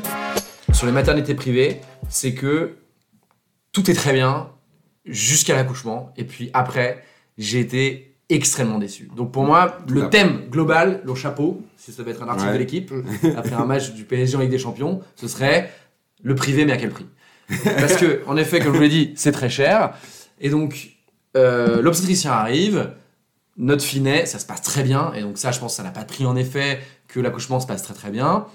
Speaker 3: sur les maternités privées, c'est que tout est très bien jusqu'à l'accouchement. Et puis après, j'ai été extrêmement déçu. Donc pour moi, le
Speaker 1: d'accord.
Speaker 3: thème global, le chapeau, si ça devait être un article
Speaker 1: Ouais.
Speaker 3: de l'équipe, après un match du PSG en Ligue des Champions, ce serait le privé, mais à quel prix Parce que, en effet, comme je vous l'ai dit, c'est très cher. Et donc, euh, l'obstétricien arrive, notre finet, ça se passe très bien. Et donc, ça, je pense, que ça n'a pas de prix, en effet, que l'accouchement se passe très très bien.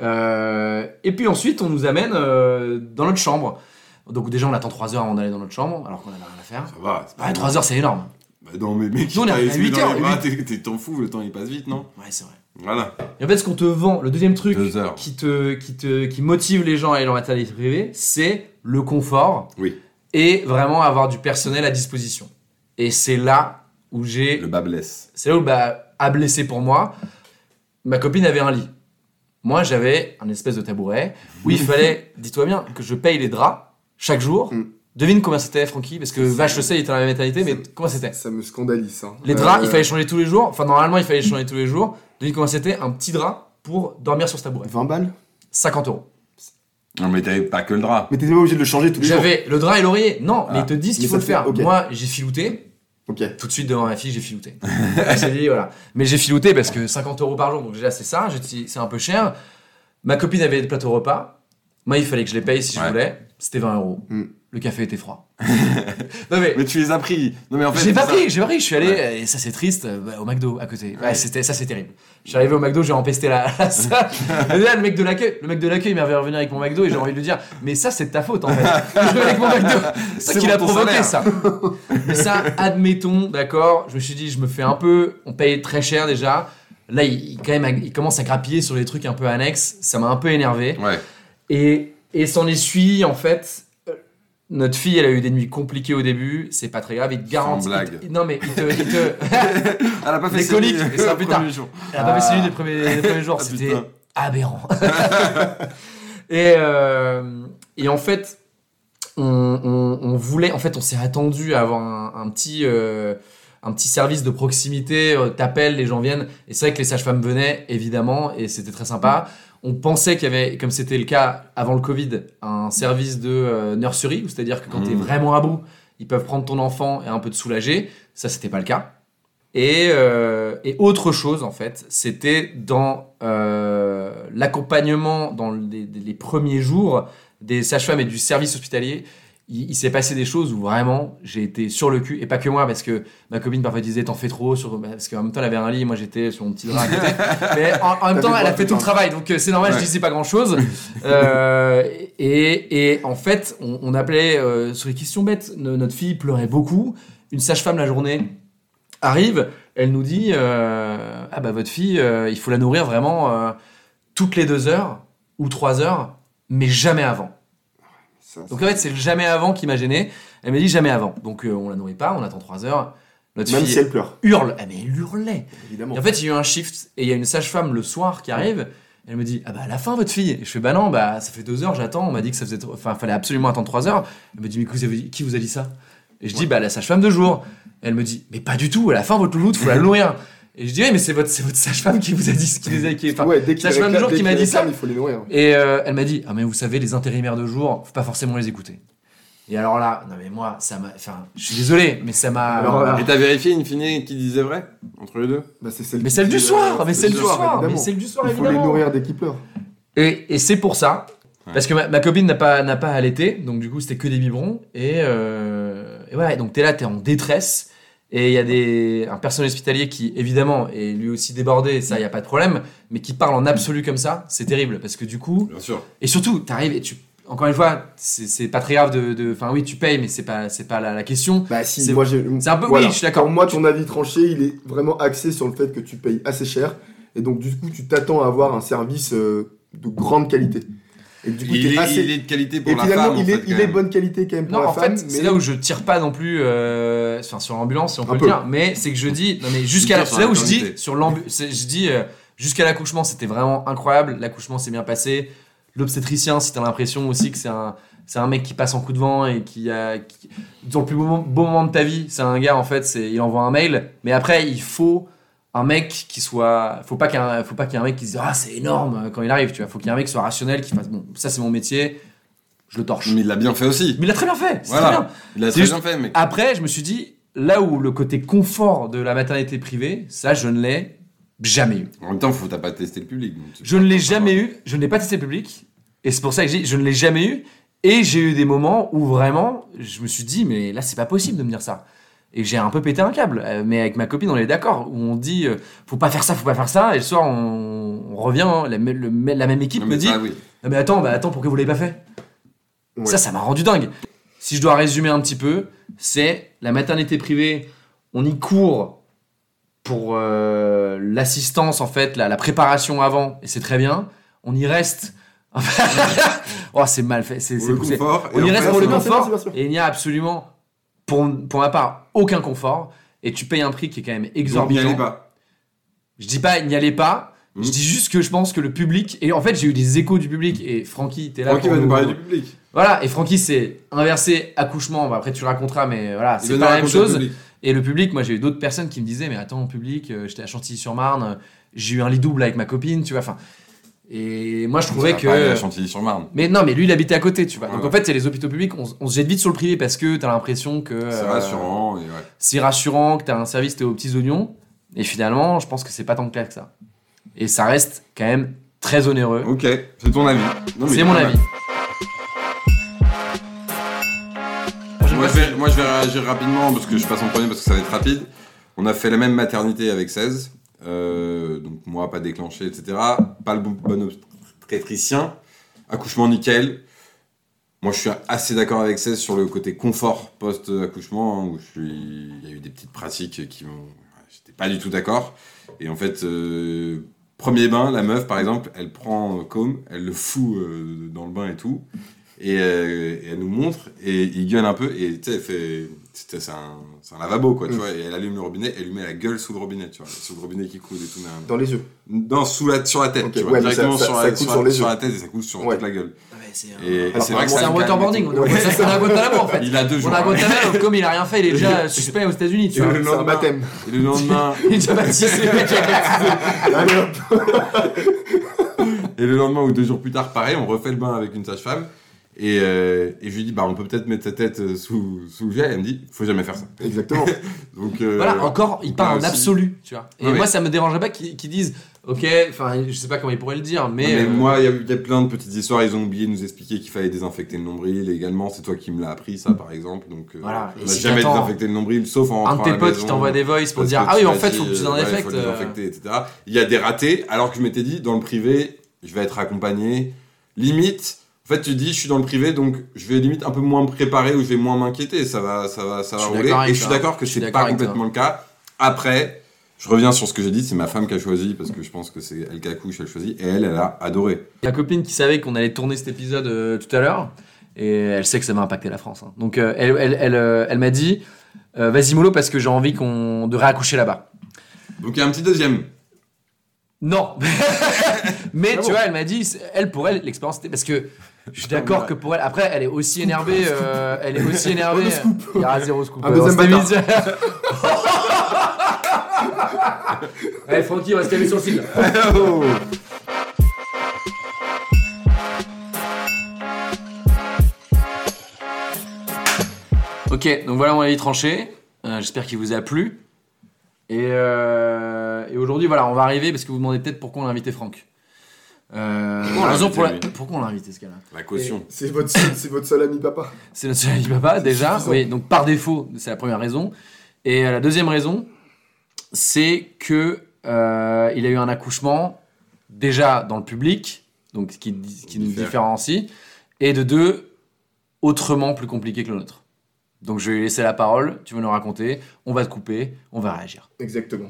Speaker 3: Euh, et puis ensuite, on nous amène euh, dans notre chambre. Donc, déjà, on attend 3 heures avant d'aller dans notre chambre, alors qu'on avait rien à faire.
Speaker 1: Ça va. c'est pas-
Speaker 3: Ouais, 3 heures, c'est énorme.
Speaker 1: Bah non, mais mec,
Speaker 3: Nous, on est
Speaker 1: t'as
Speaker 3: à
Speaker 1: les yeux
Speaker 3: 8
Speaker 1: dans
Speaker 3: heures,
Speaker 1: les bras, t'es- t'es- T'en fous, le temps il passe vite, non
Speaker 3: Ouais, c'est vrai.
Speaker 1: Voilà.
Speaker 3: Et en fait, ce qu'on te vend, le deuxième truc
Speaker 1: Deux heures.
Speaker 3: qui te, qui te qui motive les gens à aller en maternité privée, c'est le confort.
Speaker 1: Oui.
Speaker 3: Et vraiment avoir du personnel à disposition. Et c'est là où j'ai.
Speaker 1: Le bas blesse.
Speaker 3: C'est là où bah, a blessé pour moi. Ma copine avait un lit. Moi, j'avais un espèce de tabouret où il fallait, dis-toi bien, que je paye les draps chaque jour.
Speaker 2: Mm.
Speaker 3: Devine combien c'était, Francky, parce que vache, je sais, il était dans la maternité, mais comment c'était
Speaker 2: Ça me scandalise. hein.
Speaker 3: les draps,
Speaker 2: Euh,
Speaker 3: il fallait changer tous les jours. Enfin, normalement, il fallait changer tous les jours. Devine comment c'était Un petit drap pour dormir sur ce tabouret.
Speaker 2: 20 balles
Speaker 3: 50 euros.
Speaker 1: Non, mais t'avais pas que le drap.
Speaker 2: Mais t'es même obligé de le changer tous les jours.
Speaker 3: J'avais le drap et l'oreiller. Non,
Speaker 1: Ah,
Speaker 3: mais ils te disent
Speaker 2: mais
Speaker 3: qu'il faut
Speaker 2: ça
Speaker 3: le
Speaker 2: fait-
Speaker 3: faire.
Speaker 2: ok.
Speaker 3: Moi, j'ai filouté.
Speaker 2: Ok.
Speaker 3: Tout de suite devant ma fille, j'ai filouté. Elle s'est dit, voilà. Mais j'ai filouté parce que 50 euros par jour, donc déjà, c'est ça. J'ai dit, C'est un peu cher. Ma copine avait des plateaux repas. Moi, il fallait que je les paye si je
Speaker 1: Ouais.
Speaker 3: voulais. C'était 20 euros.
Speaker 2: Mm.
Speaker 3: Le café était froid. non, mais.
Speaker 1: Mais tu les as pris. Non, mais en fait.
Speaker 3: J'ai pas
Speaker 1: ça-
Speaker 3: pris, j'ai pas pris, je suis allé,
Speaker 1: Ouais.
Speaker 3: euh, et ça c'est triste, euh, bah, au McDo à côté. Ouais,
Speaker 1: Ouais.
Speaker 3: c'était, ça c'est terrible. Je suis arrivé au McDo, j'ai empesté la, la salle. Et là, le mec de l'accueil, le mec de l'accueil il m'avait revenu avec mon McDo et j'ai envie de lui dire, mais ça c'est de ta faute en fait. Je vais avec mon McDo. C'est
Speaker 1: C'est
Speaker 3: ça qu'il
Speaker 1: pour
Speaker 3: a
Speaker 1: ton
Speaker 3: provoqué
Speaker 1: salaire.
Speaker 3: ça. Mais ça, admettons, d'accord, je me suis dit, je me fais un peu, on paye très cher déjà. Là, il, il- quand même, il commence à grappiller sur les trucs un peu annexes, ça m'a un peu énervé.
Speaker 1: Ouais.
Speaker 3: Et, et s'en essuie, en fait. euh, Notre fille, elle a eu des nuits compliquées au début, c'est pas très grave, il te garantit.
Speaker 1: blague.
Speaker 3: il te- non, mais il te. Ah, il te-
Speaker 1: Elle a pas fait
Speaker 3: Les
Speaker 1: ses
Speaker 3: coliques,
Speaker 1: nuits
Speaker 3: et ça,
Speaker 1: le
Speaker 3: putain.
Speaker 1: premier jour.
Speaker 3: elle a pas fait celui des premiers, des premiers jours,
Speaker 1: Ah,
Speaker 3: c'était
Speaker 1: putain.
Speaker 3: aberrant. et, euh, et en fait, on, on- on voulait. En fait, on s'est attendu à avoir un, un petit. euh, un petit service de proximité, euh, t'appelles, les gens viennent. Et c'est vrai que les sages-femmes venaient, évidemment, et c'était très sympa. On pensait qu'il y avait, comme c'était le cas avant le Covid, un service de euh, nursery, où c'est-à-dire que quand
Speaker 1: Mhm.
Speaker 3: t'es vraiment à bout, ils peuvent prendre ton enfant et un peu te soulager. Ça, c'était pas le cas. Et, euh, et autre chose, en fait, c'était dans euh, l'accompagnement dans les, les premiers jours des sages-femmes et du service hospitalier. Il, il s'est passé des choses où vraiment j'ai été sur le cul, et pas que moi, parce que ma copine parfois disait t'en fais trop, sur, parce qu'en même temps elle avait un lit, moi j'étais sur mon petit drap à côté. Mais en, en même
Speaker 2: T'as
Speaker 3: temps
Speaker 2: fait
Speaker 3: elle a
Speaker 2: quoi,
Speaker 3: fait tout le
Speaker 2: putain
Speaker 3: travail, donc euh, c'est normal,
Speaker 1: Ouais.
Speaker 3: je disais pas grand chose. Euh, et, et en fait, on, on appelait euh, sur les questions bêtes, no- notre fille pleurait beaucoup, une sage-femme la journée arrive, elle nous dit euh, ah bah votre fille, euh, il faut la nourrir vraiment euh, toutes les deux heures ou trois heures, mais jamais avant.
Speaker 2: Ça,
Speaker 3: Donc en fait, c'est le jamais avant qui m'a gêné. Elle m'a dit jamais avant. Donc euh, on la nourrit pas, on attend 3 heures. Notre
Speaker 2: Même
Speaker 3: fille
Speaker 2: si elle pleure,
Speaker 3: hurle. Ah mais elle hurlait.
Speaker 2: évidemment.
Speaker 3: Et en fait, il y a eu un shift et il y a une sage-femme le soir qui arrive. Elle me dit ah bah à la fin votre fille. Et je fais bah non bah ça fait 2 heures j'attends. On m'a dit que ça faisait enfin fallait absolument attendre 3 heures. Elle me dit mais qui vous a dit- qui vous a dit ça Et je dis bah la sage-femme de jour. Elle me dit mais pas du tout. À la fin votre louloute faut la nourrir. Et je dis oui mais c'est votre c'est votre sage-femme qui vous a dit ce qui les a qui enfin,
Speaker 2: ouais, dès qu'il
Speaker 3: sage-femme
Speaker 2: réclame-
Speaker 3: du jour
Speaker 2: dès
Speaker 3: qui m'a
Speaker 2: qu'il
Speaker 3: dit ça.
Speaker 2: réclame, Il faut les nourrir.
Speaker 3: et euh, elle m'a dit, ah mais vous savez, les intérimaires de jour, faut pas forcément les écouter. Et alors là, non mais moi, ça m'a, enfin, je suis désolé, mais ça m'a.
Speaker 2: Alors, euh, voilà.
Speaker 1: Et t'as vérifié, in fine, qui disait vrai Entre les deux
Speaker 2: Bah, c'est celle
Speaker 3: Mais
Speaker 2: qui-
Speaker 3: celle du soir, mais
Speaker 2: c'est
Speaker 3: celle
Speaker 2: le
Speaker 3: du soir, mais
Speaker 2: évidemment.
Speaker 3: celle du soir
Speaker 2: Il faut les
Speaker 3: évidemment.
Speaker 2: nourrir dès qu'ils pleurent.
Speaker 3: Et, et c'est pour ça,
Speaker 1: Ouais.
Speaker 3: parce que ma, ma copine n'a pas, n'a pas allaité, donc du coup c'était que des biberons. Et, euh, et voilà, et donc t'es là, t'es en détresse. Et il y a des, un personnel hospitalier qui, évidemment, est lui aussi débordé, ça, il n'y a pas de problème, mais qui parle en absolu comme ça, c'est terrible, parce que du coup,
Speaker 1: Bien sûr.
Speaker 3: Et surtout, t'arrives et tu. Encore une fois, c'est c'est pas très grave de. de- Enfin, oui, tu payes, mais c'est pas, c'est pas la, la question.
Speaker 2: Bah si,
Speaker 3: C'est-
Speaker 2: moi j'ai.
Speaker 3: c'est un peu- oui, je suis d'accord.
Speaker 2: Pour moi, ton avis tranché, il est vraiment axé sur le fait que tu payes assez cher. Et donc, du coup, tu t'attends à avoir un service euh, de grande qualité. Et du coup,
Speaker 1: Il
Speaker 2: t'es
Speaker 1: est,
Speaker 2: assez.
Speaker 1: il est de qualité pour
Speaker 2: Et
Speaker 1: la
Speaker 2: finalement,
Speaker 1: femme.
Speaker 2: il
Speaker 1: en
Speaker 2: est,
Speaker 1: fait,
Speaker 2: il
Speaker 1: quand
Speaker 2: est
Speaker 1: même.
Speaker 2: bonne qualité quand même pour
Speaker 3: Non,
Speaker 2: la
Speaker 3: en
Speaker 2: femme.
Speaker 3: fait,
Speaker 2: mais-
Speaker 3: c'est là où je tire pas non plus. euh, Enfin, sur l'ambulance, si on
Speaker 2: Un
Speaker 3: peut
Speaker 2: peu.
Speaker 3: le dire. Mais c'est que je dis. Non, mais jusqu'à.
Speaker 1: tires
Speaker 3: la-
Speaker 1: sur
Speaker 3: C'est là
Speaker 1: la
Speaker 3: où je dis.
Speaker 1: maternité.
Speaker 3: Sur l'ambu- c'est- Je dis. euh, Jusqu'à l'accouchement, c'était vraiment incroyable. L'accouchement s'est bien passé. l'obstétricien, si t'as l'impression aussi que c'est un, c'est un mec qui passe en coup de vent et qui a. qui- dans le plus beau, moment- beau moment de ta vie, c'est un gars, en fait, c'est, il envoie un mail, mais après, il faut un mec qui soit. Faut pas qu'il y ait un- faut pas qu'il y ait un mec qui se dise Ah, c'est énorme quand il arrive, tu vois. Faut qu'il y ait un mec qui soit rationnel, qui fasse Bon, ça, c'est mon métier, je le torche.
Speaker 1: Mais il l'a bien fait aussi.
Speaker 3: Mais il a très bien fait, c'est
Speaker 1: Voilà.
Speaker 3: très bien.
Speaker 1: Il l'a
Speaker 3: C'est
Speaker 1: très
Speaker 3: juste-
Speaker 1: bien fait, mec.
Speaker 3: Après, je me suis dit, là où le côté confort de la maternité privée, ça, je ne l'ai jamais eu.
Speaker 1: En même temps, faut t'as pas testé le public. donc tu-
Speaker 3: Je ne l'ai jamais eu, je ne l'ai pas testé public, et c'est pour ça que j'ai, je ne l'ai jamais eu, et j'ai eu des moments où vraiment, je me suis dit, mais là, c'est pas possible de me dire ça. Et j'ai un peu pété un câble, euh, mais avec ma copine, on est d'accord, où on dit, euh, faut pas faire ça, faut pas faire ça, et le soir, on, on revient, hein, la, me- le- la même équipe
Speaker 1: Non,
Speaker 3: me
Speaker 1: mais
Speaker 3: dit,
Speaker 1: ça, oui.
Speaker 3: non mais attends, bah attends, pourquoi vous l'avez pas fait
Speaker 2: Ouais.
Speaker 3: Ça, ça m'a rendu dingue. Si je dois résumer un petit peu, c'est la maternité privée, on y court pour euh, l'assistance en fait, la, la préparation avant, et c'est très bien. On y reste. oh, c'est mal fait. c'est-
Speaker 1: Pour
Speaker 3: c'est-
Speaker 1: le
Speaker 3: c'est-
Speaker 1: confort.
Speaker 3: on
Speaker 1: et
Speaker 3: y
Speaker 1: en
Speaker 3: reste
Speaker 1: fait,
Speaker 3: pour le
Speaker 2: c'est bien, c'est
Speaker 3: confort
Speaker 2: bien, c'est bien.
Speaker 3: et il n'y a absolument, pour, pour ma part, aucun confort. Et tu payes un prix qui est quand même
Speaker 1: donc N'y
Speaker 3: exorbitant.
Speaker 1: allez pas.
Speaker 3: Je dis pas n'y allez pas.
Speaker 1: Mm.
Speaker 3: Je dis juste que je pense que le public et en fait j'ai eu des échos du public et Francky t'es là.
Speaker 1: Francky
Speaker 3: pour
Speaker 1: va nous parler du public.
Speaker 3: Voilà et Francky c'est inversé accouchement. Bah, après tu raconteras mais voilà
Speaker 1: Il
Speaker 3: c'est
Speaker 1: va
Speaker 3: pas
Speaker 1: nous
Speaker 3: la même
Speaker 1: raconter le
Speaker 3: chose.
Speaker 1: public.
Speaker 3: Et le public moi j'ai eu d'autres personnes qui me disaient mais attends en public euh, j'étais à Chantilly-sur-Marne euh, j'ai eu un lit double avec ma copine tu vois enfin et moi je trouvais
Speaker 1: Ça va
Speaker 3: que euh,
Speaker 1: pas aller à Chantilly-sur-Marne.
Speaker 3: mais non, mais lui, il habitait à côté, tu vois. Donc
Speaker 1: Ouais.
Speaker 3: en fait, c'est les hôpitaux publics, on, s- on se jette vite sur le privé parce que t'as l'impression que.
Speaker 1: C'est
Speaker 3: euh,
Speaker 1: rassurant. et ouais.
Speaker 3: c'est rassurant, que t'as un service, t'es aux petits oignons. Et finalement, je pense que c'est pas tant clair que ça. Et ça reste quand même très onéreux.
Speaker 1: euh, Ok, c'est ton avis. Non, mais
Speaker 3: c'est mon
Speaker 1: pas mal.
Speaker 3: avis.
Speaker 1: Moi je, vais, moi, je vais réagir rapidement parce que je passe en premier parce que ça va être rapide. On a fait la même maternité avec 16. euh, donc, moi, pas déclenché, etc. Pas le bon, bon obstétricien. Accouchement nickel. Moi, je suis assez d'accord avec 16 sur le côté confort post-accouchement hein, où je suis... il y a eu des petites pratiques qui m'ont. J'étais pas du tout d'accord. Et en fait, euh, premier bain, la meuf, par exemple, elle prend euh, comb, elle le fout euh, dans le bain et tout et, euh, et elle nous montre et il gueule un peu et tu sais elle fait c'était- c'est un, c'est un lavabo quoi tu
Speaker 2: Mm.
Speaker 1: vois et elle allume le robinet elle lui met la gueule sous le robinet tu vois sous le robinet qui coule et tout nan, nan.
Speaker 2: Dans les yeux.
Speaker 1: non sous la sur la tête
Speaker 2: Ok,
Speaker 1: tu vois
Speaker 2: ouais, mais
Speaker 1: directement
Speaker 2: ça-
Speaker 1: sur,
Speaker 2: ça-
Speaker 1: la,
Speaker 2: ça coule
Speaker 1: sur,
Speaker 2: sur
Speaker 1: la-
Speaker 2: les
Speaker 1: sur
Speaker 2: yeux.
Speaker 1: la tête et ça coule sur
Speaker 2: Ouais.
Speaker 1: toute la gueule
Speaker 3: C'est
Speaker 1: et, et
Speaker 2: Alors,
Speaker 1: c'est vrai que ça
Speaker 3: un
Speaker 1: nous calme et
Speaker 3: waterboarding.
Speaker 1: tout.
Speaker 3: On a ça, c'est un Guantanamo en fait.
Speaker 1: il a deux
Speaker 3: On
Speaker 1: jours
Speaker 3: a un Guantanamo, comme il a rien fait, il est déjà suspect aux États-Unis, tu
Speaker 1: Et
Speaker 3: vois.
Speaker 1: le
Speaker 2: C'est un
Speaker 1: lendemain-
Speaker 2: baptême.
Speaker 1: et le lendemain
Speaker 3: Il est déjà baptisé. Ah,
Speaker 2: Allez hop.
Speaker 1: Et le lendemain ou deux jours plus tard, pareil, on refait le bain avec une sage-femme. Et, euh, et je lui dis, bah, on peut peut-être mettre sa tête euh, sous, sous le gel. Elle me dit, faut jamais faire ça.
Speaker 2: Exactement.
Speaker 1: Donc, euh,
Speaker 3: Voilà, encore, il part en
Speaker 1: aussi.
Speaker 3: absolu, tu vois. Et
Speaker 1: Ouais,
Speaker 3: moi,
Speaker 1: ouais.
Speaker 3: ça me dérangeait pas qu'ils qu'ils disent, ok, enfin, je sais pas comment ils pourraient le dire, mais.
Speaker 1: Mais
Speaker 3: euh,
Speaker 1: moi, il y, a eu- il y a plein de petites histoires. Ils ont oublié de nous expliquer qu'il fallait désinfecter le nombril également. C'est toi qui me l'as appris, ça, par exemple. Donc, euh,
Speaker 3: Voilà. Et
Speaker 1: on n'a
Speaker 3: si
Speaker 1: jamais
Speaker 3: t'attends
Speaker 1: désinfecté le nombril, sauf en
Speaker 3: un de
Speaker 1: rentrant à
Speaker 3: tes
Speaker 1: la
Speaker 3: potes qui
Speaker 1: maison,
Speaker 3: t'envoie des voices pour
Speaker 1: parce
Speaker 3: dire
Speaker 1: que
Speaker 3: Ah oui,
Speaker 1: tu
Speaker 3: en
Speaker 1: m'as
Speaker 3: fait,
Speaker 1: dit,
Speaker 3: faut que tu
Speaker 1: euh, ouais, faut
Speaker 3: désinfectes.
Speaker 1: le
Speaker 3: euh.
Speaker 1: désinfecter, etc. Il y a des ratés, alors que je m'étais dit, dans le privé, je vais être accompagné. Limite, en fait, tu dis, je suis dans le privé, donc je vais limite un peu moins me préparer ou je vais moins m'inquiéter. Ça va, ça va, ça va
Speaker 3: Je suis
Speaker 1: rouler.
Speaker 3: d'accord avec
Speaker 1: Et je suis
Speaker 3: toi.
Speaker 1: d'accord que
Speaker 3: Je suis
Speaker 1: c'est
Speaker 3: d'accord
Speaker 1: pas
Speaker 3: avec toi.
Speaker 1: complètement le cas. Après, je reviens sur ce que j'ai dit, c'est ma femme qui a choisi, parce que je pense que c'est elle qui accouche, elle choisit, et elle, elle a adoré.
Speaker 3: Ma copine qui savait qu'on allait tourner cet épisode euh, tout à l'heure, et elle sait que ça va impacter la France. hein. Donc euh, elle, elle, elle, euh, elle m'a dit euh, Vas-y, mollo, parce que j'ai envie qu'on de réaccoucher là-bas.
Speaker 1: Donc il y a un petit deuxième.
Speaker 3: Non Mais
Speaker 1: Ah
Speaker 3: tu
Speaker 1: bon
Speaker 3: vois, elle m'a dit c'est- Elle, pour elle, l'expérience c'était. Parce que je suis d'accord que pour elle. Après, elle est aussi énervée. euh, elle est aussi énervée. Il y aura zéro scoop.
Speaker 2: Un deuxième
Speaker 3: on s'était mis- Allez, Francky, on va se calmer sur le fil. Oh. Ok, donc voilà mon avis tranché. Euh, J'espère qu'il vous a plu. Et, euh, et aujourd'hui, voilà, on va arriver parce que vous vous demandez peut-être pourquoi on a invité Franck. Euh,
Speaker 1: Pourquoi on
Speaker 3: la
Speaker 1: l'a
Speaker 3: raison
Speaker 1: invité,
Speaker 3: pour la-
Speaker 1: lui
Speaker 3: pourquoi on l'a invité ce gars-là
Speaker 1: La caution.
Speaker 2: C'est votre, seul- c'est votre seul ami papa.
Speaker 3: C'est notre seul ami papa, déjà.
Speaker 2: suffisant.
Speaker 3: Oui, donc par défaut, c'est la première raison. Et euh, la deuxième raison, c'est que euh, il a eu un accouchement déjà dans le public, donc ce qui, di- qui nous
Speaker 1: Diffère.
Speaker 3: différencie, et de deux, autrement plus compliqué que le nôtre. Donc je vais laisser la parole, tu vas nous raconter, on va te couper, on va réagir.
Speaker 2: Exactement.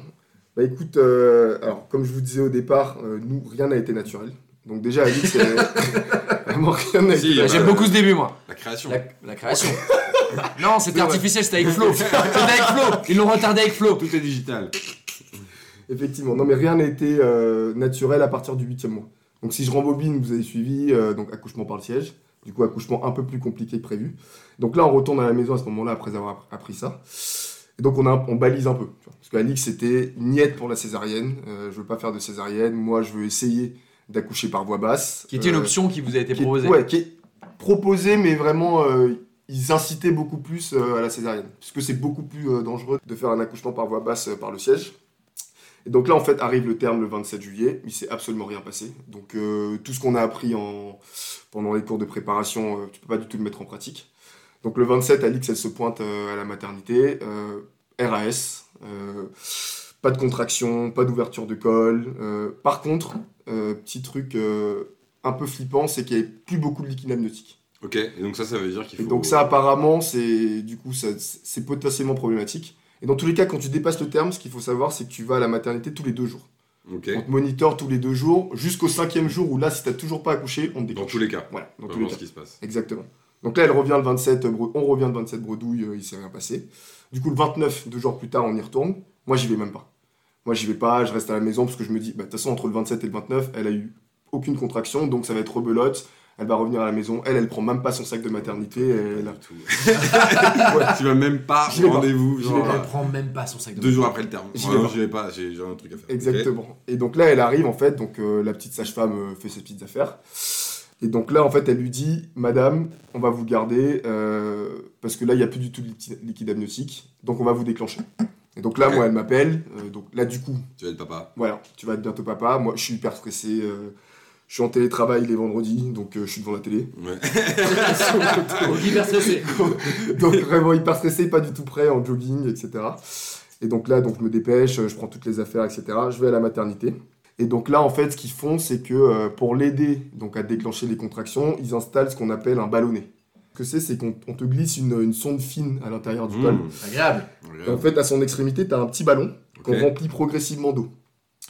Speaker 2: Bah écoute, euh, alors comme je vous disais au départ, euh, nous, rien n'a été naturel. Donc déjà, Alix, c'est vraiment rien n'a
Speaker 1: Si,
Speaker 2: été
Speaker 1: euh,
Speaker 2: naturel.
Speaker 3: Bah, J'aime beaucoup ce début, moi.
Speaker 1: La création.
Speaker 3: La, la création. non, c'était
Speaker 2: C'est vrai.
Speaker 3: artificiel, c'était avec Flo. C'était avec Flo. Ils l'ont retardé avec Flo.
Speaker 1: Tout est digital.
Speaker 2: Effectivement, non mais rien n'a été euh, naturel à partir du huitième mois. Donc si je rembobine, vous avez suivi, euh, donc accouchement par le siège. Du coup, accouchement un peu plus compliqué que prévu. Donc là, on retourne à la maison à ce moment-là après avoir app- appris ça. Et donc on, a, un- on balise un peu. tu vois. Parce qu'Alix, c'était niette pour la césarienne. Euh, je veux pas faire de césarienne. Moi, je veux essayer d'accoucher par voie basse.
Speaker 3: Qui était une
Speaker 2: Euh,
Speaker 3: option qui vous a été
Speaker 2: qui est-
Speaker 3: proposée.
Speaker 2: ouais, qui est proposée, mais vraiment, euh, ils incitaient beaucoup plus euh, à la césarienne. Parce que c'est beaucoup plus euh, dangereux de faire un accouchement par voie basse euh, par le siège. Et donc là, en fait, arrive le terme le 27 juillet, il s'est absolument rien passé. Donc euh, tout ce qu'on a appris en... pendant les cours de préparation, euh, tu peux pas du tout le mettre en pratique. Donc le 27, Alix, elle se pointe euh, à la maternité, euh, RAS, euh, pas de contraction, pas d'ouverture de col. Euh, par contre, euh, petit truc euh, un peu flippant, c'est qu'il n'y avait plus beaucoup de liquide amniotique.
Speaker 1: Ok, et donc ça, ça veut dire qu'il
Speaker 2: Et
Speaker 1: faut.
Speaker 2: donc ça, apparemment, c'est du coup, ça- c'est potentiellement problématique. Et dans tous les cas, quand tu dépasses le terme, ce qu'il faut savoir, c'est que tu vas à la maternité tous les deux jours.
Speaker 1: Ok,
Speaker 2: On te monitore tous les deux jours, jusqu'au cinquième jour où là, si t'as toujours pas accouché, on te
Speaker 1: dans
Speaker 2: déclenche.
Speaker 1: tous les cas.
Speaker 2: Voilà, dans tous les
Speaker 1: Vraiment
Speaker 2: cas.
Speaker 1: ce qui se passe.
Speaker 2: Exactement. Donc là, elle revient le 27, euh, bre- on revient le 27 bredouille, euh, il s'est rien passé. Du coup, le 29, deux jours plus tard, on y retourne. Moi, j'y vais même pas. Moi, j'y vais pas, je reste à la maison parce que je me dis, bah, de toute façon, entre le 27 et le 29, elle a eu aucune contraction, donc ça va être rebelote. Elle va revenir à la maison. Elle, elle prend même pas son sac de maternité. Elle...
Speaker 1: Du tout. Tu vas même pas
Speaker 2: J'y vais
Speaker 1: au
Speaker 2: pas.
Speaker 1: rendez-vous.
Speaker 2: J'y
Speaker 1: genre,
Speaker 2: vais pas.
Speaker 1: euh,
Speaker 3: Elle prend même pas son sac de
Speaker 1: Deux jours après le terme.
Speaker 2: J'y
Speaker 1: Ouais,
Speaker 2: vais
Speaker 1: non,
Speaker 2: pas.
Speaker 1: J'y vais pas, j'ai j'ai un truc à faire. Ok.
Speaker 2: Exactement. Et donc là, elle arrive en fait, donc euh, la petite sage-femme euh, fait ses petites affaires. Et donc là, en fait, elle lui dit, Madame, on va vous garder euh, parce que là, il n'y a plus du tout de liqui- liquide amniotique, donc on va vous déclencher. Et donc là,
Speaker 1: Ok.
Speaker 2: moi, elle m'appelle. euh, donc là, du coup,
Speaker 1: Tu vas être papa.
Speaker 2: voilà, tu vas être bientôt papa. Moi, je suis hyper stressé. euh, je suis en télétravail les vendredis, donc euh, je suis devant la télé.
Speaker 1: Ouais.
Speaker 3: Donc hyper stressé.
Speaker 2: donc vraiment hyper stressé, pas du tout prêt en jogging, etc. Et donc là, donc je me dépêche, je prends toutes les affaires, etc. Je vais à la maternité. Et donc là, en fait, ce qu'ils font, c'est que euh, pour l'aider donc à déclencher les contractions, ils installent ce qu'on appelle un ballonnet. Ce que c'est, c'est qu'on on te glisse une, une sonde fine à l'intérieur du col.
Speaker 1: Mmh.
Speaker 3: Agréable.
Speaker 2: Et en
Speaker 1: Regarde.
Speaker 2: fait, à son extrémité, tu as un petit ballon qu'on
Speaker 1: Ok.
Speaker 2: remplit progressivement d'eau.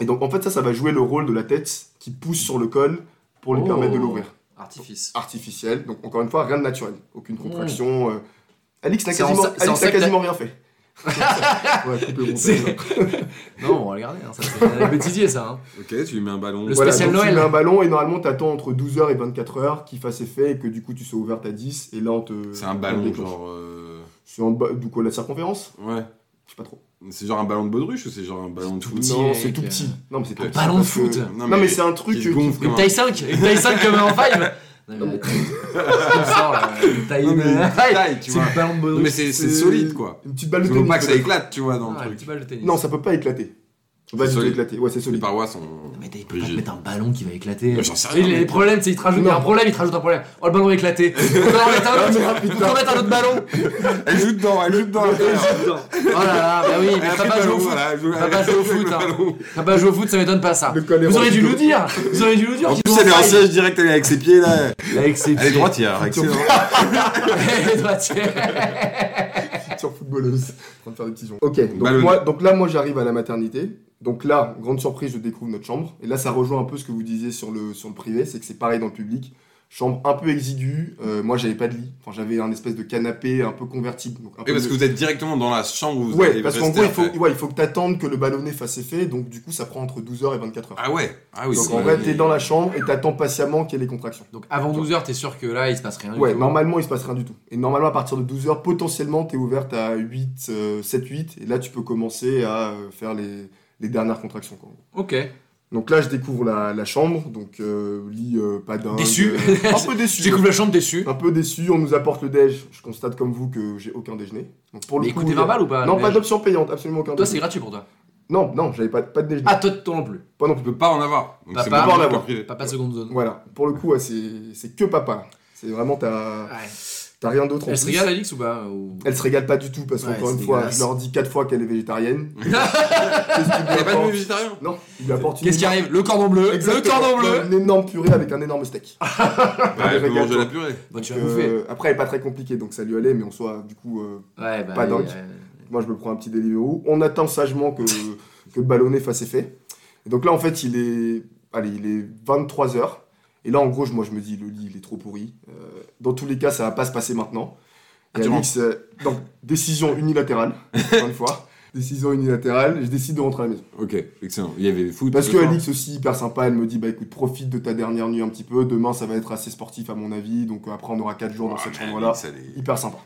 Speaker 2: Et donc, en fait, ça, ça va jouer le rôle de la tête qui pousse sur le col pour lui
Speaker 3: Oh.
Speaker 2: permettre de l'ouvrir.
Speaker 3: Artifice.
Speaker 2: Artificiel, donc encore une fois, rien de naturel. Aucune contraction. euh. Alix n'a
Speaker 3: Mm. C'est en
Speaker 2: quasiment,
Speaker 3: ça- c'est en
Speaker 2: Alix
Speaker 3: ça
Speaker 2: n'a
Speaker 3: que
Speaker 2: quasiment rien fait. ouais, coupez le montage.
Speaker 3: C'est- Non, on va regarder. Hein, ça, c'est un bêtisier, ça. Hein.
Speaker 1: Ok, tu lui mets un ballon.
Speaker 3: Le
Speaker 2: Voilà,
Speaker 3: spécial
Speaker 2: donc
Speaker 3: Noël.
Speaker 2: Tu mets un ballon et normalement t'attends entre 12h et 24h qu'il fasse effet et que du coup tu sois ouverte à 10 et là on te.
Speaker 1: C'est un
Speaker 2: on
Speaker 1: ballon,
Speaker 2: déclenche.
Speaker 1: genre. euh,
Speaker 2: C'est en bas- du coup la circonférence
Speaker 1: Ouais.
Speaker 2: Je sais pas trop.
Speaker 1: C'est genre un ballon de baudruche ou c'est genre un ballon de
Speaker 3: tout
Speaker 1: foot
Speaker 3: petit
Speaker 2: non,
Speaker 3: avec,
Speaker 2: c'est tout
Speaker 3: euh,
Speaker 2: petit. Non, mais c'est tout
Speaker 1: un
Speaker 2: petit
Speaker 3: ballon de
Speaker 2: parce que-
Speaker 3: foot.
Speaker 2: Non, mais c'est un truc.
Speaker 1: il se
Speaker 2: qui-
Speaker 1: gonfle hein.
Speaker 3: Une
Speaker 1: comme un.
Speaker 3: taille 5. Une taille 5 comme en 5. Non, mais. on sort, là, Une taille.
Speaker 1: Non, mais une
Speaker 3: une taille,
Speaker 1: taille, tu
Speaker 3: C'est
Speaker 1: vois.
Speaker 3: le ballon de
Speaker 1: Non,
Speaker 3: Baudruche.
Speaker 1: mais c'est c'est solide quoi.
Speaker 2: Une petite balle
Speaker 1: Il
Speaker 2: de
Speaker 1: faut
Speaker 2: tennis.
Speaker 1: pas que ça
Speaker 2: peut-être.
Speaker 1: éclate, tu vois, dans
Speaker 3: Ah,
Speaker 1: le
Speaker 3: un
Speaker 1: truc.
Speaker 3: petit bal de tennis.
Speaker 2: Non, ça peut pas éclater. Ça peut Pas
Speaker 1: C'est
Speaker 2: du tout
Speaker 1: solide.
Speaker 2: éclater. Ouais, c'est
Speaker 1: Les
Speaker 2: solide.
Speaker 1: parois sont.
Speaker 3: Mais t'as- il peut pas
Speaker 1: Brigitte.
Speaker 3: te mettre un ballon qui va éclater.
Speaker 1: Mais j'en sais
Speaker 3: Et
Speaker 1: rien,
Speaker 3: les
Speaker 1: mais-
Speaker 3: problèmes, c'est qu'ils te rajoutent il y a un
Speaker 2: Non.
Speaker 3: problème, ils te rajoutent un problème. Oh, le ballon va éclater. On va en mettre un autre. Faut qu'on mette un autre ballon.
Speaker 1: Elle joue dedans, elle joue dedans. Elle
Speaker 3: Oh là là, bah oui, mais papa joue au foot. Papa joue au foot. hein. Papa joue au foot, ça m'étonne pas ça.
Speaker 2: Le col est
Speaker 3: Vous auriez dû
Speaker 2: rempli
Speaker 3: nous dire. Vous auriez dû nous dire.
Speaker 1: En
Speaker 3: qu'ils
Speaker 1: plus,
Speaker 3: sont
Speaker 1: elle est en
Speaker 3: offside.
Speaker 1: siège direct, elle est avec ses pieds là.
Speaker 3: Avec ses
Speaker 1: Elle est
Speaker 3: pieds.
Speaker 1: droitière, excellent.
Speaker 3: Elle est droitière.
Speaker 2: Sur footballeuse. En train de faire des petits jeux. Ok, donc,
Speaker 1: Ballonnet.
Speaker 2: moi, donc là, moi j'arrive à la maternité. Donc là, grande surprise, je découvre notre chambre. Et là, ça rejoint un peu ce que vous disiez sur le, sur le privé, c'est que c'est pareil dans le public. Chambre un peu exiguë. Euh, moi, j'avais pas de lit. Enfin, j'avais un espèce de canapé un peu convertible. Donc, un
Speaker 1: Oui,
Speaker 2: peu
Speaker 1: parce
Speaker 2: de-
Speaker 1: que vous êtes directement dans la chambre où vous
Speaker 2: Ouais,
Speaker 1: allez
Speaker 2: parce qu'en
Speaker 1: rester
Speaker 2: gros, il faut,
Speaker 1: après.
Speaker 2: ouais, il faut que t'attendes que le ballonnet fasse effet. Donc, du coup, ça prend entre 12h et 24h.
Speaker 1: Ah ouais, ah oui.
Speaker 2: donc,
Speaker 1: c'est
Speaker 2: en
Speaker 1: vrai.
Speaker 2: vrai, t'es dans la chambre et t'attends patiemment qu'il y ait les contractions.
Speaker 3: Donc avant 12h, t'es sûr que là, il se passe rien. du
Speaker 2: Ouais,
Speaker 3: tout.
Speaker 2: normalement, il se passe rien du tout. Et normalement, à partir de 12h, potentiellement, t'es ouverte à 8, euh, 7, 8. Et là, tu peux commencer à euh, faire les, les dernières contractions. quoi.
Speaker 3: Ok.
Speaker 2: Donc là, je découvre la, la chambre. Donc, euh, lit euh, pas d'un.
Speaker 3: Déçu.
Speaker 2: un peu
Speaker 3: Je
Speaker 2: déçu.
Speaker 3: découvre la chambre déçu.
Speaker 2: Un peu déçu. On nous apporte le déj. Je constate comme vous que j'ai aucun déjeuner. Donc, pour le
Speaker 3: Mais
Speaker 2: coup,
Speaker 3: écoutez
Speaker 2: il y a-
Speaker 3: 20 balles ou pas
Speaker 2: Non,
Speaker 3: le
Speaker 2: pas
Speaker 3: déj
Speaker 2: d'option payante, absolument aucun
Speaker 3: Toi, c'est
Speaker 2: déjeuner.
Speaker 3: gratuit pour toi.
Speaker 2: Non, non, j'avais pas, pas de déjeuner.
Speaker 3: Ah, toi, toi non plus.
Speaker 2: Pas non
Speaker 1: On
Speaker 2: plus.
Speaker 1: peut pas en avoir. Donc
Speaker 3: Papa,
Speaker 1: c'est
Speaker 3: pas
Speaker 1: bon,
Speaker 2: en
Speaker 1: je
Speaker 2: avoir.
Speaker 1: peux priver.
Speaker 3: Papa seconde zone.
Speaker 2: Voilà, pour le coup, ouais, c'est c'est que papa. C'est vraiment, t'as
Speaker 3: Ouais.
Speaker 2: t'as rien d'autre en
Speaker 3: Elle se
Speaker 2: plus.
Speaker 3: régale, Alix, ou pas Ou-
Speaker 2: Elle se régale pas du tout parce
Speaker 3: Ouais,
Speaker 2: qu'encore
Speaker 3: c'est
Speaker 2: une fois,
Speaker 3: dégueulasse.
Speaker 2: je leur dis quatre fois qu'elle est végétarienne. Qu'est-ce
Speaker 1: Il
Speaker 2: qu'il lui
Speaker 1: y a pas de
Speaker 2: apporte
Speaker 1: menu végétarien
Speaker 2: Non, il lui apporte une
Speaker 3: Qu'est-ce qui arrive Le cordon bleu.
Speaker 2: Exactement.
Speaker 3: Le cordon bleu.
Speaker 2: Une énorme purée avec un énorme steak.
Speaker 1: Bah, elle peut
Speaker 2: régale,
Speaker 1: manger
Speaker 2: toi.
Speaker 1: la purée.
Speaker 3: Bah, tu vas
Speaker 2: Euh,
Speaker 3: bouffer.
Speaker 2: après, elle est pas très compliquée donc ça lui allait, mais en soit du coup, euh,
Speaker 3: Ouais, bah.
Speaker 2: pas
Speaker 3: il-
Speaker 2: dingue.
Speaker 3: euh,
Speaker 2: moi je me prends un petit Deliveroo. On attend sagement que, que le ballonnet fasse effet. Et donc là, en fait, il est, allez, il est 23h. Et là, en gros, je- moi je me dis, le lit il est trop pourri. Euh, dans tous les cas, ça va pas se passer maintenant.
Speaker 1: Ah,
Speaker 2: Et
Speaker 1: tu
Speaker 2: Alix, euh, donc décision unilatérale, encore une fois. Décision unilatérale, je décide de rentrer à la maison.
Speaker 1: Ok, excellent. Il y avait foot.
Speaker 2: Parce
Speaker 1: ce
Speaker 2: que
Speaker 1: soir.
Speaker 2: Alix aussi, hyper sympa, elle me dit bah écoute, profite de ta dernière nuit un petit peu. Demain, ça va être assez sportif à mon avis. Donc euh, après, on aura 4 jours dans
Speaker 1: Ah,
Speaker 2: cette
Speaker 1: mais
Speaker 2: chambre-là.
Speaker 1: Alix, elle est
Speaker 2: Hyper sympa.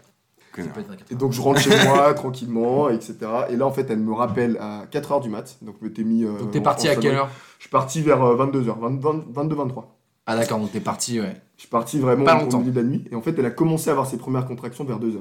Speaker 1: connard.
Speaker 2: Et donc je rentre chez moi tranquillement, etc. Et là, en fait, elle me rappelle à 4h du mat. Donc je m'étais mis. euh,
Speaker 3: Donc t'es
Speaker 2: en-
Speaker 3: parti
Speaker 2: en
Speaker 3: à quelle
Speaker 2: sommeil.
Speaker 3: heure
Speaker 2: Je suis parti vers euh, 22h, 22-23.
Speaker 3: Ah d'accord, donc t'es parti, ouais.
Speaker 2: Je suis parti vraiment
Speaker 3: Pas
Speaker 2: au
Speaker 3: longtemps.
Speaker 2: milieu de la nuit. Et en fait, elle a commencé à avoir ses premières contractions vers 2h.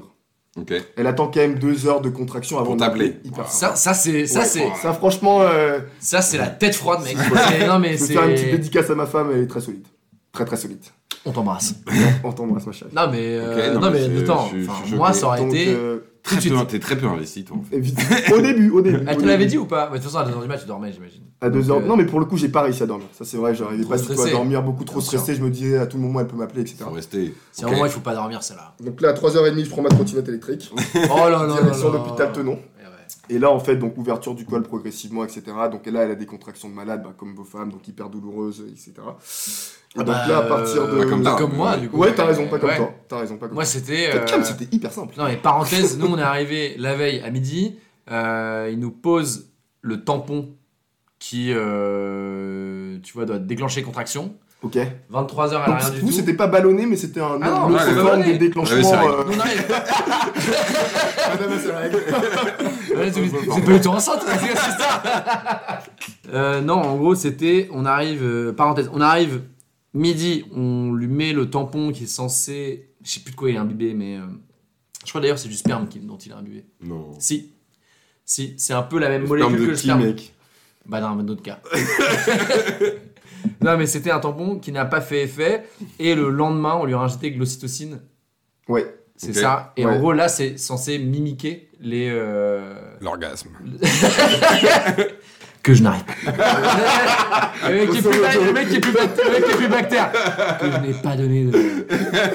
Speaker 1: Ok.
Speaker 2: Elle attend quand même 2 heures de contractions avant
Speaker 1: Pour
Speaker 2: de m'appeler.
Speaker 1: t'appeler.
Speaker 2: Hyper sympa.
Speaker 3: Ça, ça c'est, ça
Speaker 1: Ouais,
Speaker 3: c'est,
Speaker 2: Ça, franchement, euh,
Speaker 3: ça c'est la tête froide, mec. C'est- non mais
Speaker 2: je vais faire une petite
Speaker 3: c'est.
Speaker 2: dédicace à ma femme, elle est très solide. Très très solide.
Speaker 3: On t'embrasse.
Speaker 2: On t'embrasse, ma chérie.
Speaker 3: Non mais, euh,
Speaker 1: Ok, non,
Speaker 3: non
Speaker 1: mais
Speaker 3: mais,
Speaker 1: c'est-
Speaker 3: attends.
Speaker 1: je suis- je
Speaker 3: enfin,
Speaker 1: suis
Speaker 3: moi,
Speaker 1: choqué.
Speaker 3: ça aurait
Speaker 2: Donc,
Speaker 3: été.
Speaker 2: euh,
Speaker 1: Très
Speaker 3: Tout de
Speaker 1: peu-
Speaker 3: suite.
Speaker 1: T'es très peu investi, toi. en fait.
Speaker 2: Évidemment. au début, au début.
Speaker 3: Elle
Speaker 2: au
Speaker 3: te l'avait
Speaker 2: début.
Speaker 3: dit ou pas Mais De toute façon, à 2h du match, tu dormais, j'imagine.
Speaker 2: À deux heures.
Speaker 3: euh,
Speaker 2: Non, mais pour le coup, j'ai pas réussi à dormir. Ça, c'est vrai, j'arrivais
Speaker 3: Trop
Speaker 2: pas du tout à
Speaker 3: stressé.
Speaker 2: dormir, beaucoup trop
Speaker 3: Bien sûr.
Speaker 2: stressé. Je me disais à tout moment, elle peut m'appeler, etc.
Speaker 1: Faut rester.
Speaker 3: C'est
Speaker 1: Ok.
Speaker 3: un moment, il faut pas dormir, celle-là.
Speaker 2: Donc là, à 3h30, je prends ma trottinette électrique.
Speaker 3: Oh là là là.
Speaker 2: direction
Speaker 3: là. Eh
Speaker 2: l'hôpital Tenon.
Speaker 3: Ouais, ouais.
Speaker 2: Et là, en fait, donc ouverture du col progressivement, etc. Donc et là, elle a des contractions de malade, bah, comme vos femmes, donc hyper douloureuses, etc. Et
Speaker 3: Ah
Speaker 2: donc
Speaker 3: bah,
Speaker 2: là, à partir de.
Speaker 1: pas comme
Speaker 3: Pas
Speaker 1: toi.
Speaker 3: comme moi, du coup.
Speaker 2: Ouais, t'as raison, pas comme
Speaker 3: Ouais.
Speaker 2: toi. T'as raison, pas comme
Speaker 3: Moi, c'était.
Speaker 2: toi.
Speaker 3: euh,
Speaker 2: Calme, c'était hyper simple.
Speaker 3: Non, mais parenthèse, nous on est arrivé la veille à midi, euh, il nous pose le tampon qui, euh, tu vois, doit déclencher contraction.
Speaker 2: Ok.
Speaker 3: 23h, elle a
Speaker 2: Donc
Speaker 3: Ah, rien du
Speaker 2: nous,
Speaker 3: tout.
Speaker 2: c'était pas ballonné, mais c'était un
Speaker 3: Ah non,
Speaker 1: ouais,
Speaker 2: une autre
Speaker 1: c'est
Speaker 2: forme
Speaker 3: ballonné.
Speaker 2: de
Speaker 1: Ouais,
Speaker 2: déclenchement.
Speaker 1: c'est vrai.
Speaker 2: euh,
Speaker 3: Nous, on arrive.
Speaker 2: madame, c'est vrai.
Speaker 1: Euh,
Speaker 3: Ouais, c'est- Vous êtes pas du tout enceinte, c'est ça Euh, Non, en gros, c'était, on arrive, euh, parenthèse, on arrive midi, on lui met le tampon qui est censé, je sais plus de quoi il est imbibé, mais euh, je crois d'ailleurs c'est du sperme qui- dont il est imbibé.
Speaker 1: Non.
Speaker 3: Si, si, c'est un peu la même
Speaker 1: Sperme
Speaker 3: molécule que
Speaker 1: de
Speaker 3: le
Speaker 1: qui,
Speaker 3: sperme.
Speaker 1: mec
Speaker 3: Bah dans un autre cas. non mais c'était un tampon qui n'a pas fait effet et le lendemain on lui a injecté de l'ocytocine.
Speaker 2: Ouais.
Speaker 3: C'est
Speaker 1: Ok.
Speaker 3: ça. Et en
Speaker 2: Ouais.
Speaker 3: gros là c'est censé mimiquer les... euh,
Speaker 5: L'orgasme.
Speaker 3: Que je n'arrive pas. le, mec qui est plus, ba- le mec qui est plus bac- le mec qui est plus bactère. Que je n'ai pas donné de...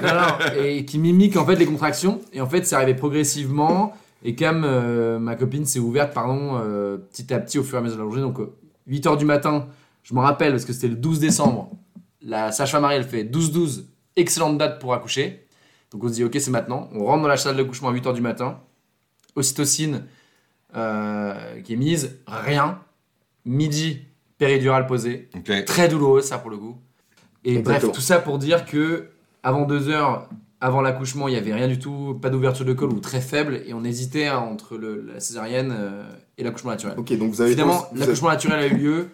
Speaker 3: Non, non, Et qui mimique en fait les contractions. Et en fait c'est arrivé progressivement. Et Cam, euh, ma copine, s'est ouverte pardon, euh, petit à petit au fur et à mesure de la journée. Donc 8h du matin, je m'en rappelle parce que c'était le 12 décembre. La sage-femme Marie, elle fait 12-12, excellente date pour accoucher. Donc on se dit, ok, c'est maintenant. On rentre dans la salle d'accouchement à 8h du matin. Ocytocine euh, qui est mise, rien. Midi, péridurale posée.
Speaker 1: Ok.
Speaker 3: Très douloureux, ça pour le coup. Et
Speaker 2: Exactement.
Speaker 3: bref, tout ça pour dire que avant 2 heures, avant l'accouchement, il n'y avait rien du tout, pas d'ouverture de col ou très faible, et on hésitait hein, entre le- la césarienne euh, et l'accouchement naturel.
Speaker 2: Ok, donc vous avez.
Speaker 3: Évidemment,
Speaker 2: vous avez-
Speaker 3: l'accouchement naturel a eu lieu.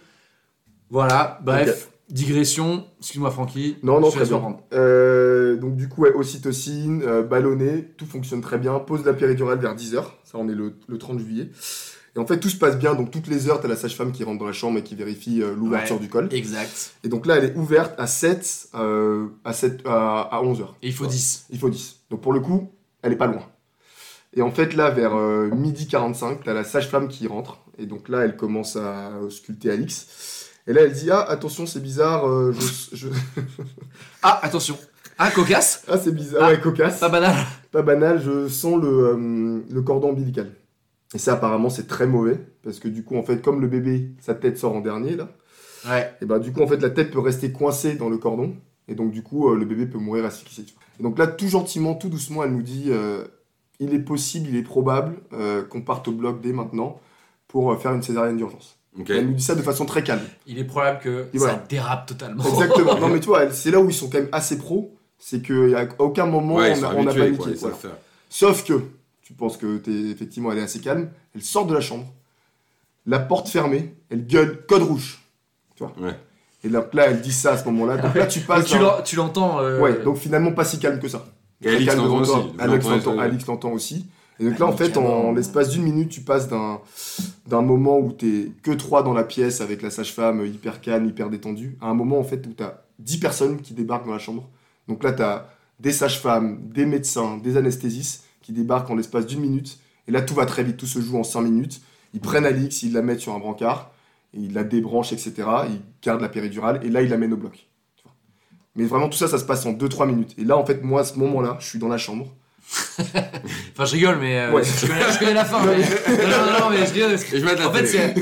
Speaker 3: Voilà, bref, digression. Excuse-moi, Francky.
Speaker 2: Non, non,
Speaker 3: je te
Speaker 2: très
Speaker 3: laisse
Speaker 2: bien.
Speaker 3: reprendre.
Speaker 2: Euh, donc du coup, ouais, ocytocine, euh, ballonné, tout fonctionne très bien. Pose la péridurale vers 10h, ça on est le, le 30 juillet. Et en fait, tout se passe bien, donc toutes les heures, t'as la sage-femme qui rentre dans la chambre et qui vérifie euh, l'ouverture
Speaker 3: Ouais.
Speaker 2: du col.
Speaker 3: Exact.
Speaker 2: Et donc là, elle est ouverte à 7, euh, à, 7 à, 11h.
Speaker 3: Et il faut 10.
Speaker 2: Il faut 10. Donc pour le coup, elle est pas loin. Et en fait, là, vers euh, midi 45, t'as la sage-femme qui rentre. Et donc là, elle commence à ausculter Alix. Et là, elle dit Ah, attention, c'est bizarre. euh, je- je-
Speaker 3: Ah, attention. Ah, cocasse
Speaker 2: Ah, c'est bizarre.
Speaker 3: Ah,
Speaker 2: ouais, cocasse.
Speaker 3: Pas banal.
Speaker 2: pas banal, je sens le, euh, le cordon ombilical. Et ça, apparemment, c'est très mauvais, parce que du coup, en fait, comme le bébé, sa tête sort en dernier, là,
Speaker 3: Ouais.
Speaker 2: et ben du coup, en fait, la tête peut rester coincée dans le cordon, et donc, du coup, euh, le bébé peut mourir asphyxié. tu vois. Et donc là, tout gentiment, tout doucement, elle nous dit euh, il est possible, il est probable euh, qu'on parte au bloc dès maintenant pour euh, faire une césarienne d'urgence.
Speaker 1: Ok.
Speaker 2: Elle nous dit ça de façon très calme.
Speaker 3: Il est probable que
Speaker 2: Et
Speaker 3: ça
Speaker 2: voilà.
Speaker 3: dérape totalement.
Speaker 2: Exactement. non, mais tu vois, elle- c'est là où ils sont quand même assez pros, c'est qu'à aucun moment,
Speaker 1: Ouais, ils
Speaker 2: on
Speaker 1: sont
Speaker 2: a- on n'a
Speaker 1: habitués,
Speaker 2: paniqué.
Speaker 1: quoi, ils savent
Speaker 2: voilà.
Speaker 1: faire.
Speaker 2: Sauf que, tu penses que t'es effectivement, elle est assez calme, elle sort de la chambre, la porte fermée, elle gueule code rouge. Tu vois
Speaker 1: Ouais.
Speaker 2: Et donc là, elle dit ça à ce moment-là. Donc là, tu passes.
Speaker 3: Donc, tu
Speaker 2: d'un-
Speaker 3: l'en- tu l'entends. euh,
Speaker 2: Ouais, donc finalement, pas si calme que ça.
Speaker 1: Et
Speaker 2: Très
Speaker 1: Alix
Speaker 2: calme
Speaker 1: l'entend
Speaker 2: devant
Speaker 1: aussi.
Speaker 2: toi.
Speaker 1: Vous
Speaker 2: Alex
Speaker 1: l'entendez,
Speaker 2: l'entend-
Speaker 1: ça-
Speaker 2: Alix l'entend aussi. Et donc là, en
Speaker 3: Ah,
Speaker 2: fait, en
Speaker 3: carrément.
Speaker 2: l'espace d'une minute, tu passes d'un d'un moment où t'es que trois dans la pièce avec la sage-femme hyper calme, hyper détendue, à un moment en fait où t'as 10 personnes qui débarquent dans la chambre. Donc là, t'as des sages-femmes, des médecins, des anesthésistes qui débarquent en l'espace d'une minute. Et là, tout va très vite, tout se joue en 5 minutes. Ils prennent Alix, ils la mettent sur un brancard, et ils la débranchent, etc. Ils gardent la péridurale et là, ils la mènent au bloc. Tu vois. Mais vraiment, tout ça, ça se passe en 2-3 minutes. Et là, en fait, moi, à ce moment-là, je suis dans la chambre.
Speaker 3: Enfin, je rigole, mais euh,
Speaker 2: Ouais.
Speaker 3: je, connais, je connais la fin. mais- Non, non, non, mais je rigole parce que-
Speaker 1: Et je m'adapte.
Speaker 3: En fait, c'est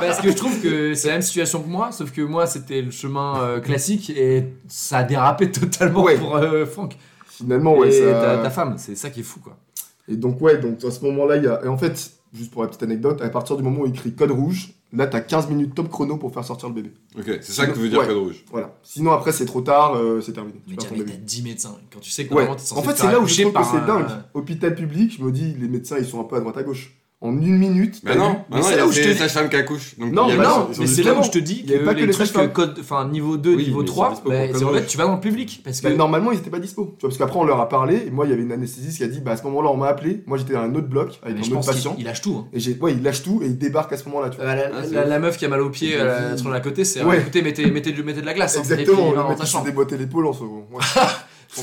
Speaker 3: parce que je trouve que c'est la même situation que moi, sauf que moi, c'était le chemin euh, classique et ça a dérapé totalement
Speaker 2: Ouais.
Speaker 3: pour euh, Franck
Speaker 2: Finalement, ouais,
Speaker 3: et
Speaker 2: ça-
Speaker 3: ta, ta femme. C'est ça qui est fou, quoi.
Speaker 2: Et donc, ouais, donc à ce moment-là, il y a. Et en fait, juste pour la petite anecdote, à partir du moment où il écrit code rouge, là t'as 15 minutes top chrono pour faire sortir le bébé.
Speaker 1: Ok, c'est ça que tu veux dire
Speaker 2: Ouais.
Speaker 1: code rouge.
Speaker 2: Voilà. Sinon après c'est trop tard, euh, c'est terminé. Tu
Speaker 3: Mais
Speaker 2: perds
Speaker 3: t'as
Speaker 2: ton
Speaker 3: mais
Speaker 2: bébé.
Speaker 3: t'as 10 médecins. Quand tu sais que
Speaker 2: Ouais.
Speaker 3: normalement, t'es censé
Speaker 2: En fait,
Speaker 3: te faire
Speaker 2: c'est là où je
Speaker 3: accoucher
Speaker 2: trouve que
Speaker 3: par
Speaker 2: c'est
Speaker 3: un-
Speaker 2: dingue. Hôpital public, je me dis, les médecins, ils sont un peu à droite à gauche. En une minute,
Speaker 1: Mais
Speaker 2: t'as
Speaker 1: non,
Speaker 2: vu-
Speaker 1: mais c'est là où je te dis. femme qui accouche. Donc,
Speaker 2: Non,
Speaker 1: il y a
Speaker 2: bah
Speaker 1: pas-
Speaker 3: Non,
Speaker 2: ils sont
Speaker 3: mais
Speaker 2: juste
Speaker 3: c'est là où
Speaker 2: devant.
Speaker 3: je te dis
Speaker 2: Il
Speaker 3: que
Speaker 2: y avait pas que
Speaker 3: les
Speaker 2: les
Speaker 3: trucs
Speaker 2: sages-femmes.
Speaker 3: code, enfin niveau 2,
Speaker 1: Oui,
Speaker 3: niveau
Speaker 1: mais ils sont
Speaker 3: 3,
Speaker 1: dispo
Speaker 3: bah,
Speaker 1: pour
Speaker 3: c'est en
Speaker 1: code
Speaker 3: fait tu vas dans le public parce que
Speaker 2: Bah, normalement, ils étaient pas dispo. Tu vois, parce qu'après, on leur a parlé, et moi, il y avait une anesthésiste qui a dit, bah, à ce moment-là, on m'a appelé. Moi, j'étais dans un autre bloc
Speaker 3: Mais
Speaker 2: avec
Speaker 3: je
Speaker 2: un autre
Speaker 3: pense
Speaker 2: patient.
Speaker 3: qu'il il lâche tout. hein.
Speaker 2: Et j'ai, ouais, il lâche tout et il débarque à ce moment-là, tu vois.
Speaker 3: Euh, la,
Speaker 1: Ah, c'est
Speaker 3: la-
Speaker 1: ouf.
Speaker 3: la meuf qui a mal au pied euh, sur la côté, c'est
Speaker 2: Ouais.
Speaker 3: écoutez, mettez, mettez, du- mettez de la glace. hein,
Speaker 2: Exactement,
Speaker 3: et puis,
Speaker 2: le
Speaker 3: va dans
Speaker 2: mec
Speaker 3: ta
Speaker 2: qui s'est
Speaker 3: chambre.
Speaker 2: déboîté l'épaule en second. Ouais.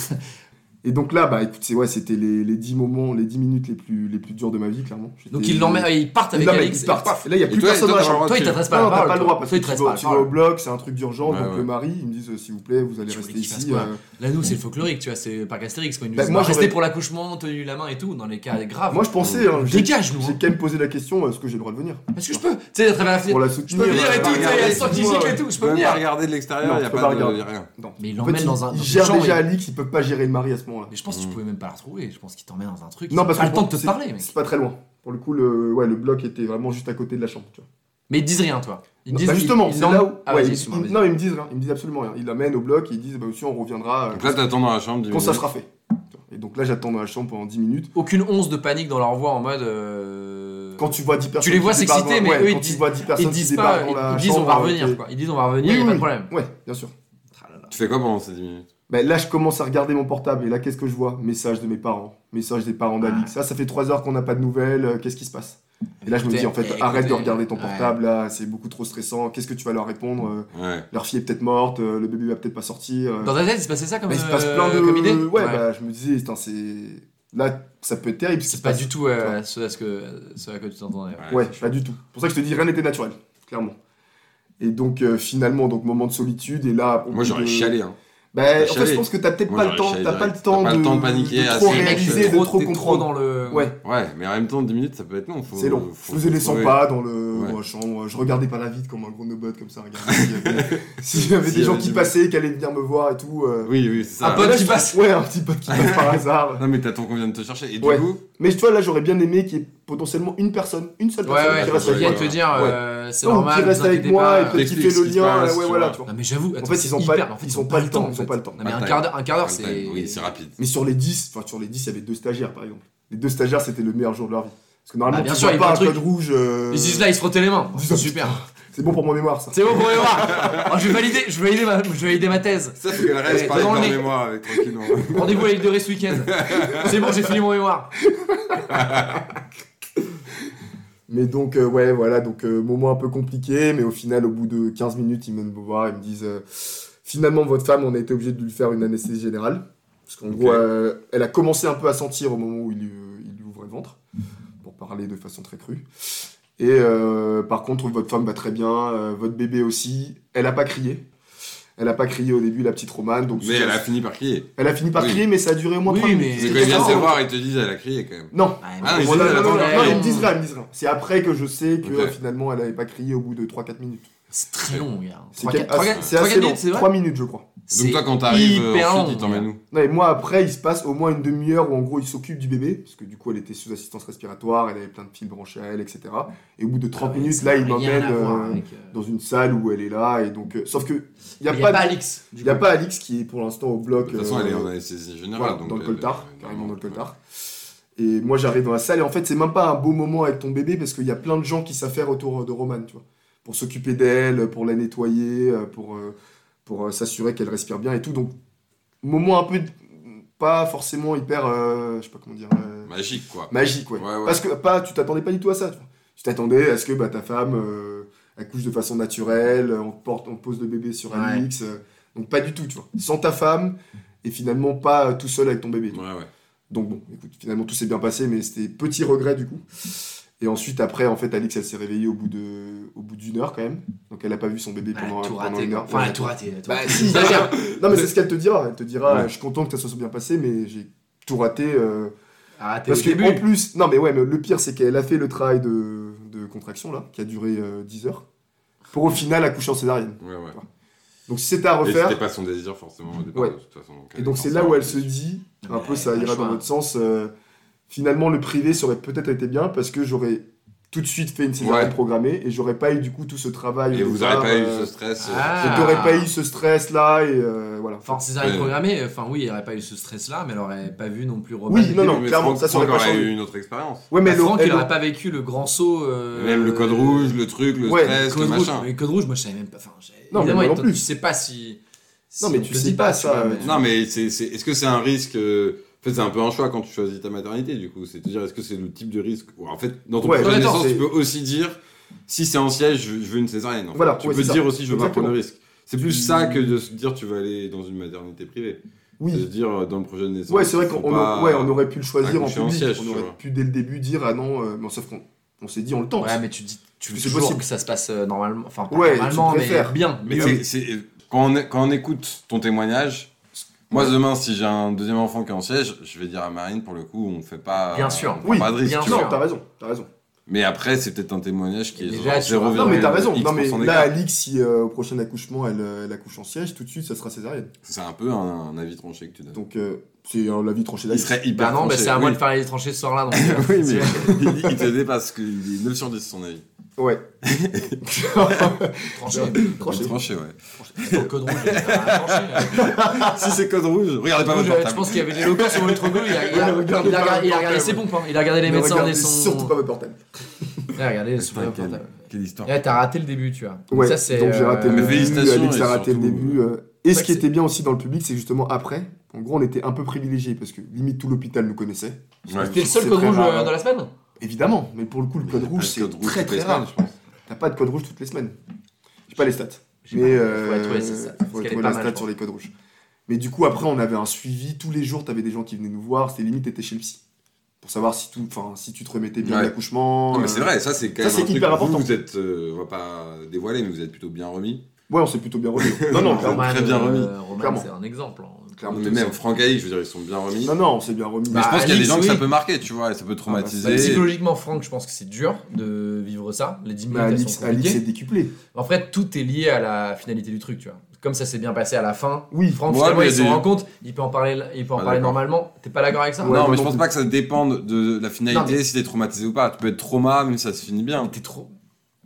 Speaker 2: Et donc là, bah écoute, c'est, ouais, c'était les, les 10 moments, les 10 minutes les plus, les plus dures de ma vie, clairement. J'étais-
Speaker 3: Donc ils l'emmènent, ils partent avec
Speaker 2: l'emmènent,
Speaker 3: Alex.
Speaker 2: ils
Speaker 3: et
Speaker 2: partent.
Speaker 3: paf.
Speaker 2: Et là, il n'y a
Speaker 1: Et
Speaker 2: plus
Speaker 1: toi-
Speaker 2: personne
Speaker 1: toi,
Speaker 2: dans la
Speaker 1: t'as le droit
Speaker 2: chambre.
Speaker 1: de
Speaker 3: Toi, ils
Speaker 1: tu-
Speaker 3: t'adressent pas
Speaker 2: Non,
Speaker 3: la
Speaker 2: t'as
Speaker 3: parole.
Speaker 2: pas le droit parce que
Speaker 3: toi, ils
Speaker 2: tu
Speaker 3: te
Speaker 2: vas,
Speaker 3: restent pas la
Speaker 2: tu vas au
Speaker 3: parole.
Speaker 2: bloc, c'est un truc d'urgence,
Speaker 1: Ouais,
Speaker 2: donc
Speaker 1: ouais.
Speaker 2: le mari il me dit s'il vous plaît, vous allez
Speaker 3: Tu voulais
Speaker 2: rester
Speaker 3: qu'il se passe
Speaker 2: ici.
Speaker 3: quoi
Speaker 2: euh,
Speaker 3: Là, nous, c'est le folklorique, tu vois, c'est Parc Astérix quand ils nous
Speaker 2: Bah,
Speaker 3: disent
Speaker 2: moi,
Speaker 3: bah, restez
Speaker 2: j'aurais-
Speaker 3: pour l'accouchement, tenu la main et tout, dans les cas graves.
Speaker 2: Moi je pensais, hein, j'ai
Speaker 3: Dégage, nous.
Speaker 2: j'ai
Speaker 3: hein.
Speaker 2: quand même posé la question est-ce que j'ai le droit de venir
Speaker 3: Est-ce que je peux Tu sais, à travers la
Speaker 2: Pour
Speaker 3: fenêtre.
Speaker 2: la
Speaker 3: Je
Speaker 2: soutenir.
Speaker 3: peux venir
Speaker 2: euh,
Speaker 3: et tout, tu
Speaker 1: regarder,
Speaker 3: sais, il y a le sang qui
Speaker 2: excuse-moi.
Speaker 3: gicle et tout, je peux
Speaker 1: Même pas
Speaker 3: venir.
Speaker 1: regarder de l'extérieur,
Speaker 2: Non,
Speaker 1: il n'y a
Speaker 2: faut
Speaker 1: pas
Speaker 2: pas
Speaker 1: de.
Speaker 2: regarder.
Speaker 1: y a rien.
Speaker 2: Non.
Speaker 3: Mais il
Speaker 2: En fait,
Speaker 3: l'emmène dans un.
Speaker 2: il
Speaker 3: dans
Speaker 2: gère
Speaker 3: des gens,
Speaker 2: déjà
Speaker 3: mais-
Speaker 2: Alix, il peut pas gérer le mari à ce moment-là.
Speaker 3: Mais je pense que tu pouvais même pas la retrouver. Je pense qu'il t'emmène dans un truc.
Speaker 2: Non, parce
Speaker 3: pas
Speaker 2: que
Speaker 3: le temps de te
Speaker 2: c'est-
Speaker 3: parler, mec.
Speaker 2: C'est pas très loin. Pour le coup, le, ouais, le bloc était vraiment juste à côté de la chambre. Tu vois.
Speaker 3: Mais ils disent rien, toi. Ils
Speaker 2: Non,
Speaker 3: disent
Speaker 2: bah justement,
Speaker 3: ils- ils
Speaker 2: c'est
Speaker 3: l'emmènent-
Speaker 2: là où.
Speaker 3: Ah,
Speaker 2: ouais,
Speaker 3: vas-y,
Speaker 2: ils-
Speaker 3: excuse-moi,
Speaker 2: ils-
Speaker 3: vas-y.
Speaker 2: non, ils me disent rien. Ils me disent absolument rien. Ils l'amènent au bloc et ils disent bah aussi on reviendra euh,
Speaker 1: Donc là, t'attends dans la chambre. dix
Speaker 2: quand ça
Speaker 1: minutes.
Speaker 2: sera fait. Tu vois. Et donc là, j'attends dans la chambre pendant 10 minutes.
Speaker 3: Aucune once de panique dans leur voix en mode. euh,
Speaker 2: Quand tu vois 10 personnes.
Speaker 3: les vois
Speaker 2: qui débarquent
Speaker 3: s'exciter,
Speaker 2: dans-
Speaker 3: mais
Speaker 2: ouais,
Speaker 3: eux, ils
Speaker 2: quand tu
Speaker 3: disent-
Speaker 2: vois 10 personnes
Speaker 3: Ils
Speaker 2: qui
Speaker 3: disent
Speaker 2: débarquent
Speaker 3: pas,
Speaker 2: dans la
Speaker 3: ils disent on
Speaker 2: chambre,
Speaker 3: va
Speaker 2: euh,
Speaker 3: revenir
Speaker 2: t'es-
Speaker 3: quoi. Ils disent on va revenir,
Speaker 2: Oui,
Speaker 3: y a pas
Speaker 2: oui,
Speaker 3: de problème.
Speaker 2: Ouais, bien sûr.
Speaker 3: Ah
Speaker 1: Tu fais quoi pendant ces 10 minutes
Speaker 2: Bah, là, je commence à regarder mon portable et là, qu'est-ce que je vois Message de mes parents, message des parents
Speaker 3: Ah.
Speaker 2: d'Alix. Ah, Ça, ça fait 3 heures qu'on n'a pas de nouvelles, euh, qu'est-ce qui se passe Et là, je me
Speaker 3: Écoutez,
Speaker 2: dis, en fait,
Speaker 3: écoutez,
Speaker 2: arrête de regarder ton
Speaker 3: ouais.
Speaker 2: portable, là, c'est beaucoup trop stressant. Qu'est-ce que tu vas leur répondre Euh,
Speaker 1: Ouais.
Speaker 2: Leur fille est peut-être morte, euh, le bébé va peut-être pas sortir. euh.
Speaker 3: Dans ta tête, il se passait ça comme,
Speaker 2: Bah, il se passe
Speaker 3: euh,
Speaker 2: plein de
Speaker 3: comme idée
Speaker 2: Ouais, bah, je me disais, putain, c'est. Là, ça peut être terrible. ce qui
Speaker 3: C'est
Speaker 2: se
Speaker 3: pas
Speaker 2: passe.
Speaker 3: du tout euh, ce, à ce que, ce à quoi tu t'entendais.
Speaker 1: Ouais.
Speaker 2: Ouais, pas du tout. Pour ça que je te dis, rien n'était naturel, clairement. Et donc, euh, finalement, donc moment de solitude, et là. au
Speaker 1: Moi,
Speaker 2: bout
Speaker 1: j'aurais
Speaker 2: de-
Speaker 1: chialé. Hein.
Speaker 2: Bah, en fait,
Speaker 1: chialé.
Speaker 2: je pense que t'as peut-être
Speaker 1: Moi,
Speaker 2: pas le
Speaker 1: j'aurais
Speaker 2: temps,
Speaker 1: chialé
Speaker 2: t'as pas le
Speaker 1: direct.
Speaker 2: temps
Speaker 1: T'as
Speaker 2: de,
Speaker 1: pas le temps de paniquer, ah,
Speaker 2: trop
Speaker 1: si, mec,
Speaker 2: réaliser,
Speaker 1: t'es
Speaker 2: de trop
Speaker 3: t'es trop
Speaker 2: comprendre.
Speaker 3: dans le.
Speaker 2: Ouais,
Speaker 1: Ouais, mais en même temps, 10 minutes, ça peut être long. faut-
Speaker 2: c'est long.
Speaker 1: faut-
Speaker 2: je faisais les
Speaker 1: faut
Speaker 2: 100
Speaker 1: trouver.
Speaker 2: pas dans, le,
Speaker 1: Ouais.
Speaker 2: dans la chambre. Je regardais par la vitre comme un gros nobot comme ça. Regardez s'il y avait, s'il y avait
Speaker 1: S'il y
Speaker 2: des gens
Speaker 1: avait
Speaker 2: qui
Speaker 1: du-
Speaker 2: passaient, qui allaient venir me voir et tout. euh.
Speaker 1: Oui, oui, c'est
Speaker 3: Un
Speaker 1: ça.
Speaker 3: pote
Speaker 2: Là,
Speaker 3: qui
Speaker 2: je-
Speaker 3: passe.
Speaker 2: Ouais, un petit pote qui passe par hasard.
Speaker 1: Non, mais t'attends qu'on vienne te chercher. Et du
Speaker 2: Ouais.
Speaker 1: coup,
Speaker 2: Mais tu vois, là, j'aurais bien aimé qu'il y ait potentiellement une personne, une seule
Speaker 3: Ouais,
Speaker 2: personne
Speaker 3: ouais,
Speaker 2: qui
Speaker 3: faut
Speaker 2: reste
Speaker 3: qu'ils
Speaker 2: avec
Speaker 3: viennent
Speaker 2: moi.
Speaker 3: te dire,
Speaker 2: Ouais.
Speaker 3: euh, c'est
Speaker 2: Ou
Speaker 3: normal,
Speaker 2: qui
Speaker 3: vous
Speaker 2: reste avec
Speaker 3: inquiétez
Speaker 2: moi et peut-être
Speaker 3: pas.
Speaker 2: qui fait
Speaker 1: T'expliques
Speaker 2: le
Speaker 1: ce qui se
Speaker 2: lien.
Speaker 1: passe,
Speaker 2: ouais,
Speaker 1: tu
Speaker 2: voilà,
Speaker 1: vois.
Speaker 2: tu vois.
Speaker 3: Non, mais j'avoue,
Speaker 2: En
Speaker 3: attends,
Speaker 2: fait,
Speaker 3: c'est
Speaker 2: ils ont
Speaker 3: hyper-
Speaker 2: pas le
Speaker 3: en
Speaker 2: temps.
Speaker 3: fait,
Speaker 2: Ils ont pas le temps.
Speaker 3: en
Speaker 2: Ils
Speaker 3: fait.
Speaker 2: ont pas le temps.
Speaker 3: Non, mais un
Speaker 1: Attends,
Speaker 3: quart d'heure- un quart d'heure,
Speaker 1: Time,
Speaker 3: c'est.
Speaker 1: Oui, c'est rapide.
Speaker 2: Mais sur les 10, enfin sur les 10, il y avait deux stagiaires par exemple. Les deux stagiaires, c'était le meilleur jour de leur vie. Parce que normalement,
Speaker 3: Ah, bien
Speaker 2: tu
Speaker 3: sûr,
Speaker 2: vois
Speaker 3: ils
Speaker 2: pas un
Speaker 3: font le
Speaker 2: code rouge. euh,
Speaker 3: Ils se disent là, ils se frottaient les mains.
Speaker 2: Ils disent,
Speaker 3: Super.
Speaker 2: C'est bon pour mon mémoire, ça.
Speaker 3: C'est bon pour les voir. Oh, je vais valider, je vais valider ma, je vais valider ma thèse.
Speaker 1: Ça, faut qu'elle reste
Speaker 3: Ouais,
Speaker 1: par les
Speaker 3: dans le nez.
Speaker 1: mémoire avec tranquillement.
Speaker 3: Rendez-vous à l'île de Ré ce week-end. C'est bon, j'ai fini mon mémoire.
Speaker 2: Mais donc, euh, ouais, voilà, donc euh, moment un peu compliqué, mais au final, au bout de 15 minutes, ils viennent me voir, ils me disent euh, finalement, votre femme, on a été obligé de lui faire une anesthésie générale. Parce qu'en
Speaker 1: Ok.
Speaker 2: gros, euh, elle a commencé un peu à sentir au moment où il lui, euh, il lui ouvrait le ventre, pour parler de façon très crue. Et euh, par contre, votre femme va très bien, euh, votre bébé aussi. Elle a pas crié. Elle a pas crié au début, la petite Romane. Donc
Speaker 1: Mais elle a fini par crier.
Speaker 2: Elle a fini par
Speaker 1: Oui.
Speaker 2: crier, mais ça a duré au moins
Speaker 3: Oui,
Speaker 2: 3 minutes.
Speaker 3: mais-
Speaker 1: C'est
Speaker 2: C'était
Speaker 1: quand ils viennent
Speaker 2: très
Speaker 1: te
Speaker 2: long.
Speaker 1: voir, ils te disent, elle a crié quand même.
Speaker 2: Non.
Speaker 1: Ah, mais
Speaker 2: Non, non,
Speaker 1: c'est-
Speaker 2: non, non,
Speaker 1: attends,
Speaker 2: non,
Speaker 1: elle-
Speaker 2: ils me disent rien, ils me disent rien. C'est après que je sais que
Speaker 1: Ok.
Speaker 2: finalement elle avait pas crié au bout de 3-4 minutes.
Speaker 3: C'est très long, gars.
Speaker 2: C'est
Speaker 3: Trois,
Speaker 2: quel-
Speaker 3: quatre-
Speaker 2: ah,
Speaker 3: trois, quatre-
Speaker 2: c'est
Speaker 3: trois,
Speaker 2: assez
Speaker 3: quatre
Speaker 2: long,
Speaker 3: minutes, c'est vrai
Speaker 2: 3 minutes je crois.
Speaker 3: C'est
Speaker 1: Donc toi, quand t'arrives, euh,
Speaker 3: hyper long,
Speaker 1: ensuite, ils
Speaker 3: gars.
Speaker 1: t'emmènent où
Speaker 2: Non, et moi après il se passe au moins une demi-heure où en gros il s'occupe du bébé, parce que du coup elle était sous assistance respiratoire, elle avait plein de fibres branchées à elle, etc. Et au bout de 30
Speaker 3: Ah ouais,
Speaker 2: minutes
Speaker 3: ça
Speaker 2: là
Speaker 3: n'a
Speaker 2: il
Speaker 3: rien
Speaker 2: m'emmène
Speaker 3: à voir
Speaker 2: euh,
Speaker 3: avec, euh,
Speaker 2: dans une salle où elle est là, et donc... euh, sauf que... Il n'y a,
Speaker 3: Il y a pas
Speaker 2: de-
Speaker 3: Alix. du
Speaker 2: Il n'y a
Speaker 3: coup.
Speaker 2: pas Alix qui est pour l'instant au
Speaker 1: De
Speaker 2: bloc.
Speaker 1: toute façon,
Speaker 2: euh,
Speaker 1: elle est en anesthésie
Speaker 2: Voilà,
Speaker 1: générale. donc euh,
Speaker 2: dans le
Speaker 1: elle-
Speaker 2: coltard,
Speaker 1: elle-
Speaker 2: carrément dans le coltard. Et moi j'arrive dans la salle et en fait c'est même pas un beau moment avec ton bébé parce qu'il y a plein de gens qui s'affairent autour euh, de Roman, tu vois. Pour s'occuper d'elle, euh, pour la nettoyer, euh, pour, euh, pour euh, s'assurer qu'elle respire bien et tout. Donc moment un peu d- pas forcément hyper, euh, je sais pas comment dire, euh,
Speaker 1: Magique, quoi.
Speaker 2: magique ouais.
Speaker 1: Ouais, ouais.
Speaker 2: Parce que pas, tu t'attendais pas du tout à ça, tu vois. Tu t'attendais à ce que bah, ta femme euh, accouche de façon naturelle, euh, on, te porte, on pose le bébé sur un
Speaker 3: Ouais.
Speaker 2: X. euh, donc pas du tout, tu vois. Sans ta femme et finalement pas euh, tout seul avec ton bébé. tu vois.
Speaker 1: Ouais, ouais.
Speaker 2: Donc bon, écoute, finalement tout s'est bien passé, mais c'était petit regret du coup. Et ensuite, après, en fait, Alix, elle s'est réveillée au bout de, au bout d'une heure quand même. Donc elle a pas vu son bébé
Speaker 3: Elle
Speaker 2: pendant,
Speaker 3: a bah, tout
Speaker 2: pendant
Speaker 3: raté.
Speaker 2: une
Speaker 3: quoi.
Speaker 2: heure.
Speaker 3: Enfin, elle a
Speaker 2: Ouais.
Speaker 3: tout raté. elle a tout
Speaker 2: Bah,
Speaker 3: raté.
Speaker 2: si, stagiaire. non, mais c'est ce qu'elle te dira. Elle te dira,
Speaker 1: Ouais.
Speaker 2: je suis contente que ça soit bien passé, mais j'ai tout raté. euh,
Speaker 3: Ah, t'es au
Speaker 2: parce que
Speaker 3: début.
Speaker 2: en plus, non mais ouais, mais le pire c'est qu'elle a fait le travail de, de contraction là, qui a duré euh, 10 heures, pour au final accoucher en césarienne.
Speaker 1: Ouais, ouais.
Speaker 2: Donc si c'était à
Speaker 1: Et c'était
Speaker 2: refaire,
Speaker 1: pas son désir, forcément, au départ,
Speaker 2: Ouais.
Speaker 1: de toute façon.
Speaker 2: et donc c'est là où elle se dit, un
Speaker 3: Mais
Speaker 2: peu ça
Speaker 3: pas le
Speaker 2: ira dans
Speaker 3: choix.
Speaker 2: votre sens, euh, finalement le privé serait peut-être été bien parce que j'aurais tout de suite fait une césarienne
Speaker 1: Ouais.
Speaker 2: programmée et j'aurais pas eu du coup tout ce travail.
Speaker 1: Et
Speaker 2: au
Speaker 1: vous
Speaker 2: départ,
Speaker 1: n'aurez pas eu
Speaker 2: euh,
Speaker 1: ce stress. euh,
Speaker 6: Ah.
Speaker 2: Et t'aurais pas eu ce stress là et euh, voilà.
Speaker 3: Enfin, Césarine
Speaker 1: Ouais.
Speaker 3: programmée, enfin oui, elle aurait pas eu ce stress-là, mais elle aurait pas vu non plus Robin.
Speaker 2: Oui, non, non,
Speaker 1: mais
Speaker 2: clairement,
Speaker 1: Franck-
Speaker 2: ça, ça aurait
Speaker 1: Franck
Speaker 2: pas
Speaker 1: aurait
Speaker 2: changé.
Speaker 1: eu une autre expérience.
Speaker 2: Ouais, mais
Speaker 3: Mais Franck,
Speaker 2: le-
Speaker 3: il aurait pas vécu le grand saut. euh,
Speaker 1: Même le code rouge, le truc, le
Speaker 2: ouais,
Speaker 3: le
Speaker 1: stress, le
Speaker 3: Euh, code rouge.
Speaker 1: machin.
Speaker 3: Mais le code rouge, moi je savais même pas. Enfin, j'ai-
Speaker 2: Non, mais
Speaker 3: évidemment,
Speaker 2: moi non
Speaker 3: il-
Speaker 2: plus.
Speaker 3: tu sais pas si. si
Speaker 2: Non, mais
Speaker 3: on
Speaker 2: tu
Speaker 3: te
Speaker 2: sais
Speaker 3: dit
Speaker 2: pas,
Speaker 3: tu
Speaker 2: ça,
Speaker 3: vois,
Speaker 2: euh,
Speaker 3: mais-
Speaker 1: Non, mais c'est, c'est- est-ce que c'est un risque euh, En fait, c'est un peu un choix quand tu choisis ta maternité, du coup. C'est-à-dire, est-ce que c'est le type de risque ou En fait, dans ton
Speaker 2: Ouais,
Speaker 1: projet de
Speaker 2: attends,
Speaker 1: naissance,
Speaker 2: c'est-
Speaker 1: tu peux aussi dire si c'est en siège, je, je veux une césarienne. en fait.
Speaker 2: Voilà,
Speaker 1: tu
Speaker 2: ouais,
Speaker 1: peux
Speaker 2: c'est
Speaker 1: dire
Speaker 2: ça.
Speaker 1: aussi, je veux pas
Speaker 2: Exactement.
Speaker 1: prendre le risque. C'est plus ça que de se dire, tu vas aller dans une maternité privée.
Speaker 2: Oui.
Speaker 1: C'est-à-dire, dans le projet de naissance.
Speaker 2: Ouais, c'est vrai
Speaker 1: faut
Speaker 2: qu'on on
Speaker 1: pas-
Speaker 2: a- ouais, on aurait pu le choisir en
Speaker 1: accoucher en
Speaker 2: public.
Speaker 1: siège,
Speaker 2: on
Speaker 1: tu
Speaker 2: aurait
Speaker 1: vois.
Speaker 2: pu dès le début dire ah non, euh, bon, sauf qu'on on s'est dit on le tente.
Speaker 3: Ouais, mais tu dis, tu veux
Speaker 2: C'est
Speaker 3: toujours
Speaker 2: possible.
Speaker 3: que ça se passe euh, normalement. Enfin, pas
Speaker 2: Ouais, tu
Speaker 3: normalement, mais
Speaker 2: préfères.
Speaker 3: bien.
Speaker 1: Mais
Speaker 2: Mieux.
Speaker 1: c'est- c'est- quand, on, est- quand on écoute ton témoignage, moi demain, si j'ai un deuxième enfant qui est en siège, je vais dire à Marine, pour le coup, on fait pas.
Speaker 3: Bien sûr.
Speaker 1: on prend
Speaker 2: Oui,
Speaker 1: pas de risque,
Speaker 3: bien
Speaker 1: tu
Speaker 3: sûr.
Speaker 1: vois.
Speaker 2: Non, t'as raison, t'as raison.
Speaker 1: Mais après, c'est peut-être un témoignage qui est
Speaker 3: Et
Speaker 1: genre
Speaker 3: déjà, tu vois,
Speaker 1: 0,1
Speaker 2: Non mais t'as raison.
Speaker 1: X%
Speaker 2: Non mais
Speaker 1: d'écart.
Speaker 2: là, Alix, si euh, au prochain accouchement elle, euh, elle accouche en siège, tout de suite ça sera césarienne.
Speaker 1: C'est un peu un, un avis tranché que tu donnes.
Speaker 2: Donc euh, c'est euh, la vie tranchée
Speaker 1: il
Speaker 2: d'Alix.
Speaker 1: serait hyper
Speaker 3: Bah non,
Speaker 1: tranché,
Speaker 3: bah, c'est à
Speaker 1: oui.
Speaker 3: moi de faire les tranchées ce soir-là. donc, euh,
Speaker 1: oui,
Speaker 3: c'est-
Speaker 1: mais il, il te dépasse, que il est 9 sur 10 son avis.
Speaker 2: Ouais.
Speaker 3: tranché.
Speaker 2: Tranché.
Speaker 1: Il est Tranché, ouais.
Speaker 3: Dans le code rouge, il y a un tranché, euh.
Speaker 1: si c'est code rouge, regardez pas votre
Speaker 3: Code rouge, euh, Je
Speaker 1: portable.
Speaker 3: pense qu'il y avait des locaux sur votre go. Il a, il a-
Speaker 2: Ouais, regardez
Speaker 3: il a
Speaker 2: pas le
Speaker 3: regardé- il a regardé
Speaker 2: portable.
Speaker 3: ses pompes. hein. Il a regardé les
Speaker 2: Ne
Speaker 3: médecins
Speaker 2: regardez
Speaker 3: et son.
Speaker 2: Surtout pas votre portable.
Speaker 3: Il a regardé son
Speaker 1: Putain,
Speaker 3: portable.
Speaker 1: Quelle histoire.
Speaker 3: Ouais, t'as raté le début, tu vois.
Speaker 2: Ouais,
Speaker 3: Ça, c'est, euh,
Speaker 2: donc j'ai raté
Speaker 1: Mais
Speaker 2: le début,
Speaker 1: félicitations,
Speaker 2: Alix
Speaker 1: et
Speaker 2: a raté le
Speaker 1: surtout,
Speaker 2: début. euh, et ce
Speaker 3: ouais,
Speaker 2: qui
Speaker 3: c'est-
Speaker 2: était bien aussi dans le public, c'est justement après. En gros, on était un peu privilégiés parce que limite tout l'hôpital nous connaissait.
Speaker 1: Ouais.
Speaker 3: T'es le seul
Speaker 2: C'est
Speaker 3: code
Speaker 2: très
Speaker 3: rouge
Speaker 2: rare,
Speaker 3: euh,
Speaker 2: hein.
Speaker 3: dans la semaine
Speaker 2: Évidemment, mais pour le coup, le
Speaker 1: Il y
Speaker 2: code
Speaker 1: a
Speaker 2: rouge,
Speaker 1: pas de
Speaker 2: c'est
Speaker 1: Ah, code rouge
Speaker 2: très
Speaker 1: toutes les
Speaker 2: très
Speaker 1: semaines,
Speaker 2: rare.
Speaker 1: je pense.
Speaker 2: T'as pas de code rouge toutes les semaines. J'ai pas les stats. Mais euh,
Speaker 3: Faudrait trouver ces stats, parce
Speaker 2: faudrait
Speaker 3: qu'elle
Speaker 2: trouver
Speaker 3: est pas
Speaker 2: les
Speaker 3: mal, je
Speaker 2: stats sur les codes rouges. Mais du coup, après, on avait un suivi. Tous les jours, t'avais des gens qui venaient nous voir. C'était limite, t'étais chez le psy. Pour savoir si, tout, enfin, si tu te remettais bien
Speaker 1: Ouais.
Speaker 2: de l'accouchement.
Speaker 1: Non, mais
Speaker 2: euh,
Speaker 1: c'est vrai, ça c'est quand
Speaker 2: Ça,
Speaker 1: même
Speaker 2: c'est
Speaker 1: un truc
Speaker 2: hyper
Speaker 1: où vous,
Speaker 2: important.
Speaker 1: vous êtes, euh, on va pas dévoiler, mais vous êtes plutôt bien remis.
Speaker 2: Ouais, on s'est plutôt bien remis. non, non,
Speaker 1: Très
Speaker 2: clairement.
Speaker 1: bien remis.
Speaker 3: euh, Roman,
Speaker 2: Clairement.
Speaker 3: c'est un exemple. hein.
Speaker 2: Clairement,
Speaker 1: mais
Speaker 2: tout
Speaker 1: même Franck Aïe, je veux dire, ils sont bien remis.
Speaker 2: Non, non, on s'est bien remis.
Speaker 1: mais je pense
Speaker 3: Bah,
Speaker 1: qu'il y a des
Speaker 3: Alix,
Speaker 1: gens que ça
Speaker 3: oui.
Speaker 1: peut marquer, tu vois, et
Speaker 2: Ah,
Speaker 1: ça peut
Speaker 3: Bah,
Speaker 1: traumatiser.
Speaker 3: psychologiquement, Franck, je pense que c'est dur de vivre ça. Les 10
Speaker 2: Mais
Speaker 3: minutes, elles
Speaker 2: Alix,
Speaker 3: sont
Speaker 2: Alix est
Speaker 3: compliquées.
Speaker 2: décuplé.
Speaker 3: En fait, tout est lié à la finalité du truc, tu vois. Comme ça s'est bien passé à la fin,
Speaker 2: Oui,
Speaker 3: Franck,
Speaker 1: Ouais,
Speaker 3: finalement,
Speaker 1: mais
Speaker 3: il s'en
Speaker 1: des-
Speaker 3: rend compte, il peut en parler, il peut en
Speaker 1: Ah,
Speaker 3: parler
Speaker 1: d'accord.
Speaker 3: normalement. T'es pas d'accord avec ça
Speaker 2: hein. Ouais,
Speaker 1: non, mais
Speaker 2: non,
Speaker 1: je
Speaker 2: non
Speaker 1: pense
Speaker 2: plus.
Speaker 1: pas que ça dépende de la
Speaker 3: Non,
Speaker 1: finalité,
Speaker 3: mais-
Speaker 1: si t'es traumatisé ou pas. Tu peux être trauma, même si ça se finit bien.
Speaker 3: T'es trop.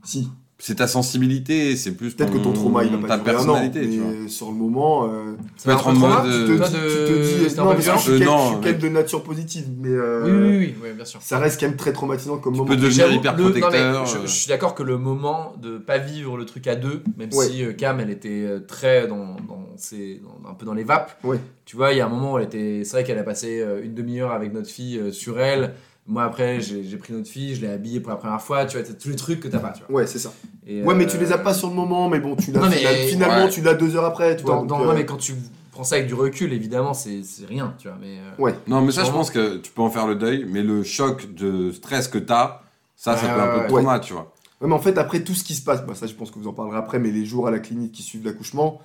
Speaker 2: Si.
Speaker 1: C'est ta sensibilité, c'est plus
Speaker 2: Peut-être que ton trauma, il va
Speaker 1: Mmh, ta
Speaker 2: pas durer un an.
Speaker 1: personnalité, tu vois.
Speaker 2: Mais sur le moment. euh,
Speaker 3: Ça
Speaker 1: être en
Speaker 3: va pas trop
Speaker 1: mode,
Speaker 3: loin
Speaker 1: euh,
Speaker 2: tu te
Speaker 3: Toi,
Speaker 2: dis-
Speaker 3: de-
Speaker 2: tu te dis-
Speaker 3: c'était un
Speaker 2: Non,
Speaker 3: peu
Speaker 2: mais
Speaker 3: violent.
Speaker 2: je suis
Speaker 1: Euh,
Speaker 2: quel-
Speaker 1: non,
Speaker 2: je suis quand même de nature positive. Mais. euh,
Speaker 3: Oui, oui, oui, oui, bien sûr.
Speaker 2: Ça reste quand même très traumatisant comme
Speaker 1: Tu
Speaker 2: moment.
Speaker 1: peux devenir
Speaker 3: J'avoue,
Speaker 1: hyper
Speaker 3: le- non, mais
Speaker 1: protecteur.
Speaker 3: je,
Speaker 1: euh,
Speaker 3: je suis d'accord que le moment de pas vivre le truc à deux, même
Speaker 2: Ouais.
Speaker 3: si euh, Cam elle était euh, très dans, dans ses- dans- un peu dans les vapes.
Speaker 2: Ouais.
Speaker 3: Tu vois, il y a un moment où elle était, c'est vrai qu'elle a passé euh, une demi-heure avec notre fille euh, sur elle. Moi après j'ai j'ai pris notre fille, je l'ai habillée pour la première fois. Tu vois, t'as tous les trucs que t'as pas. Tu vois.
Speaker 2: Ouais, c'est ça.
Speaker 3: Et,
Speaker 2: Ouais, mais
Speaker 3: euh,
Speaker 2: tu les as pas sur le moment, mais bon, tu
Speaker 3: Non,
Speaker 2: l'as
Speaker 3: mais-
Speaker 2: fina- finalement,
Speaker 1: ouais.
Speaker 2: tu l'as deux heures après, tu vois.
Speaker 3: Dans,
Speaker 2: donc,
Speaker 3: dans-
Speaker 2: euh,
Speaker 3: non, mais quand tu prends ça avec du recul, évidemment c'est c'est rien. Tu vois, mais euh,
Speaker 2: Ouais.
Speaker 1: Non, mais ça, je
Speaker 3: Sûrement.
Speaker 1: pense que tu peux en faire le deuil, mais le choc de stress que t'as, ça, ça
Speaker 3: Ouais,
Speaker 1: peut un peu
Speaker 3: ouais,
Speaker 1: de trauma, tu vois.
Speaker 2: Bah, ouais, mais en fait, après tout ce qui se passe, bah, ça, je pense que vous en parlerez après, mais les jours à la clinique qui suivent l'accouchement,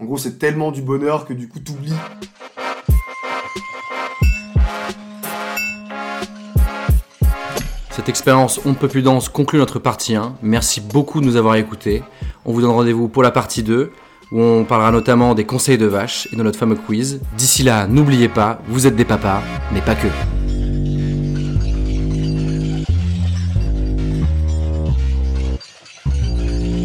Speaker 2: en gros, c'est tellement du bonheur que du coup, t'oublies.
Speaker 3: Cette expérience On ne peut plus danse conclut notre partie 1. Merci beaucoup de nous avoir écoutés. On vous donne rendez-vous pour la partie 2 où on parlera notamment des conseils de vache et de notre fameux quiz. D'ici là, n'oubliez pas, vous êtes des papas, mais pas que.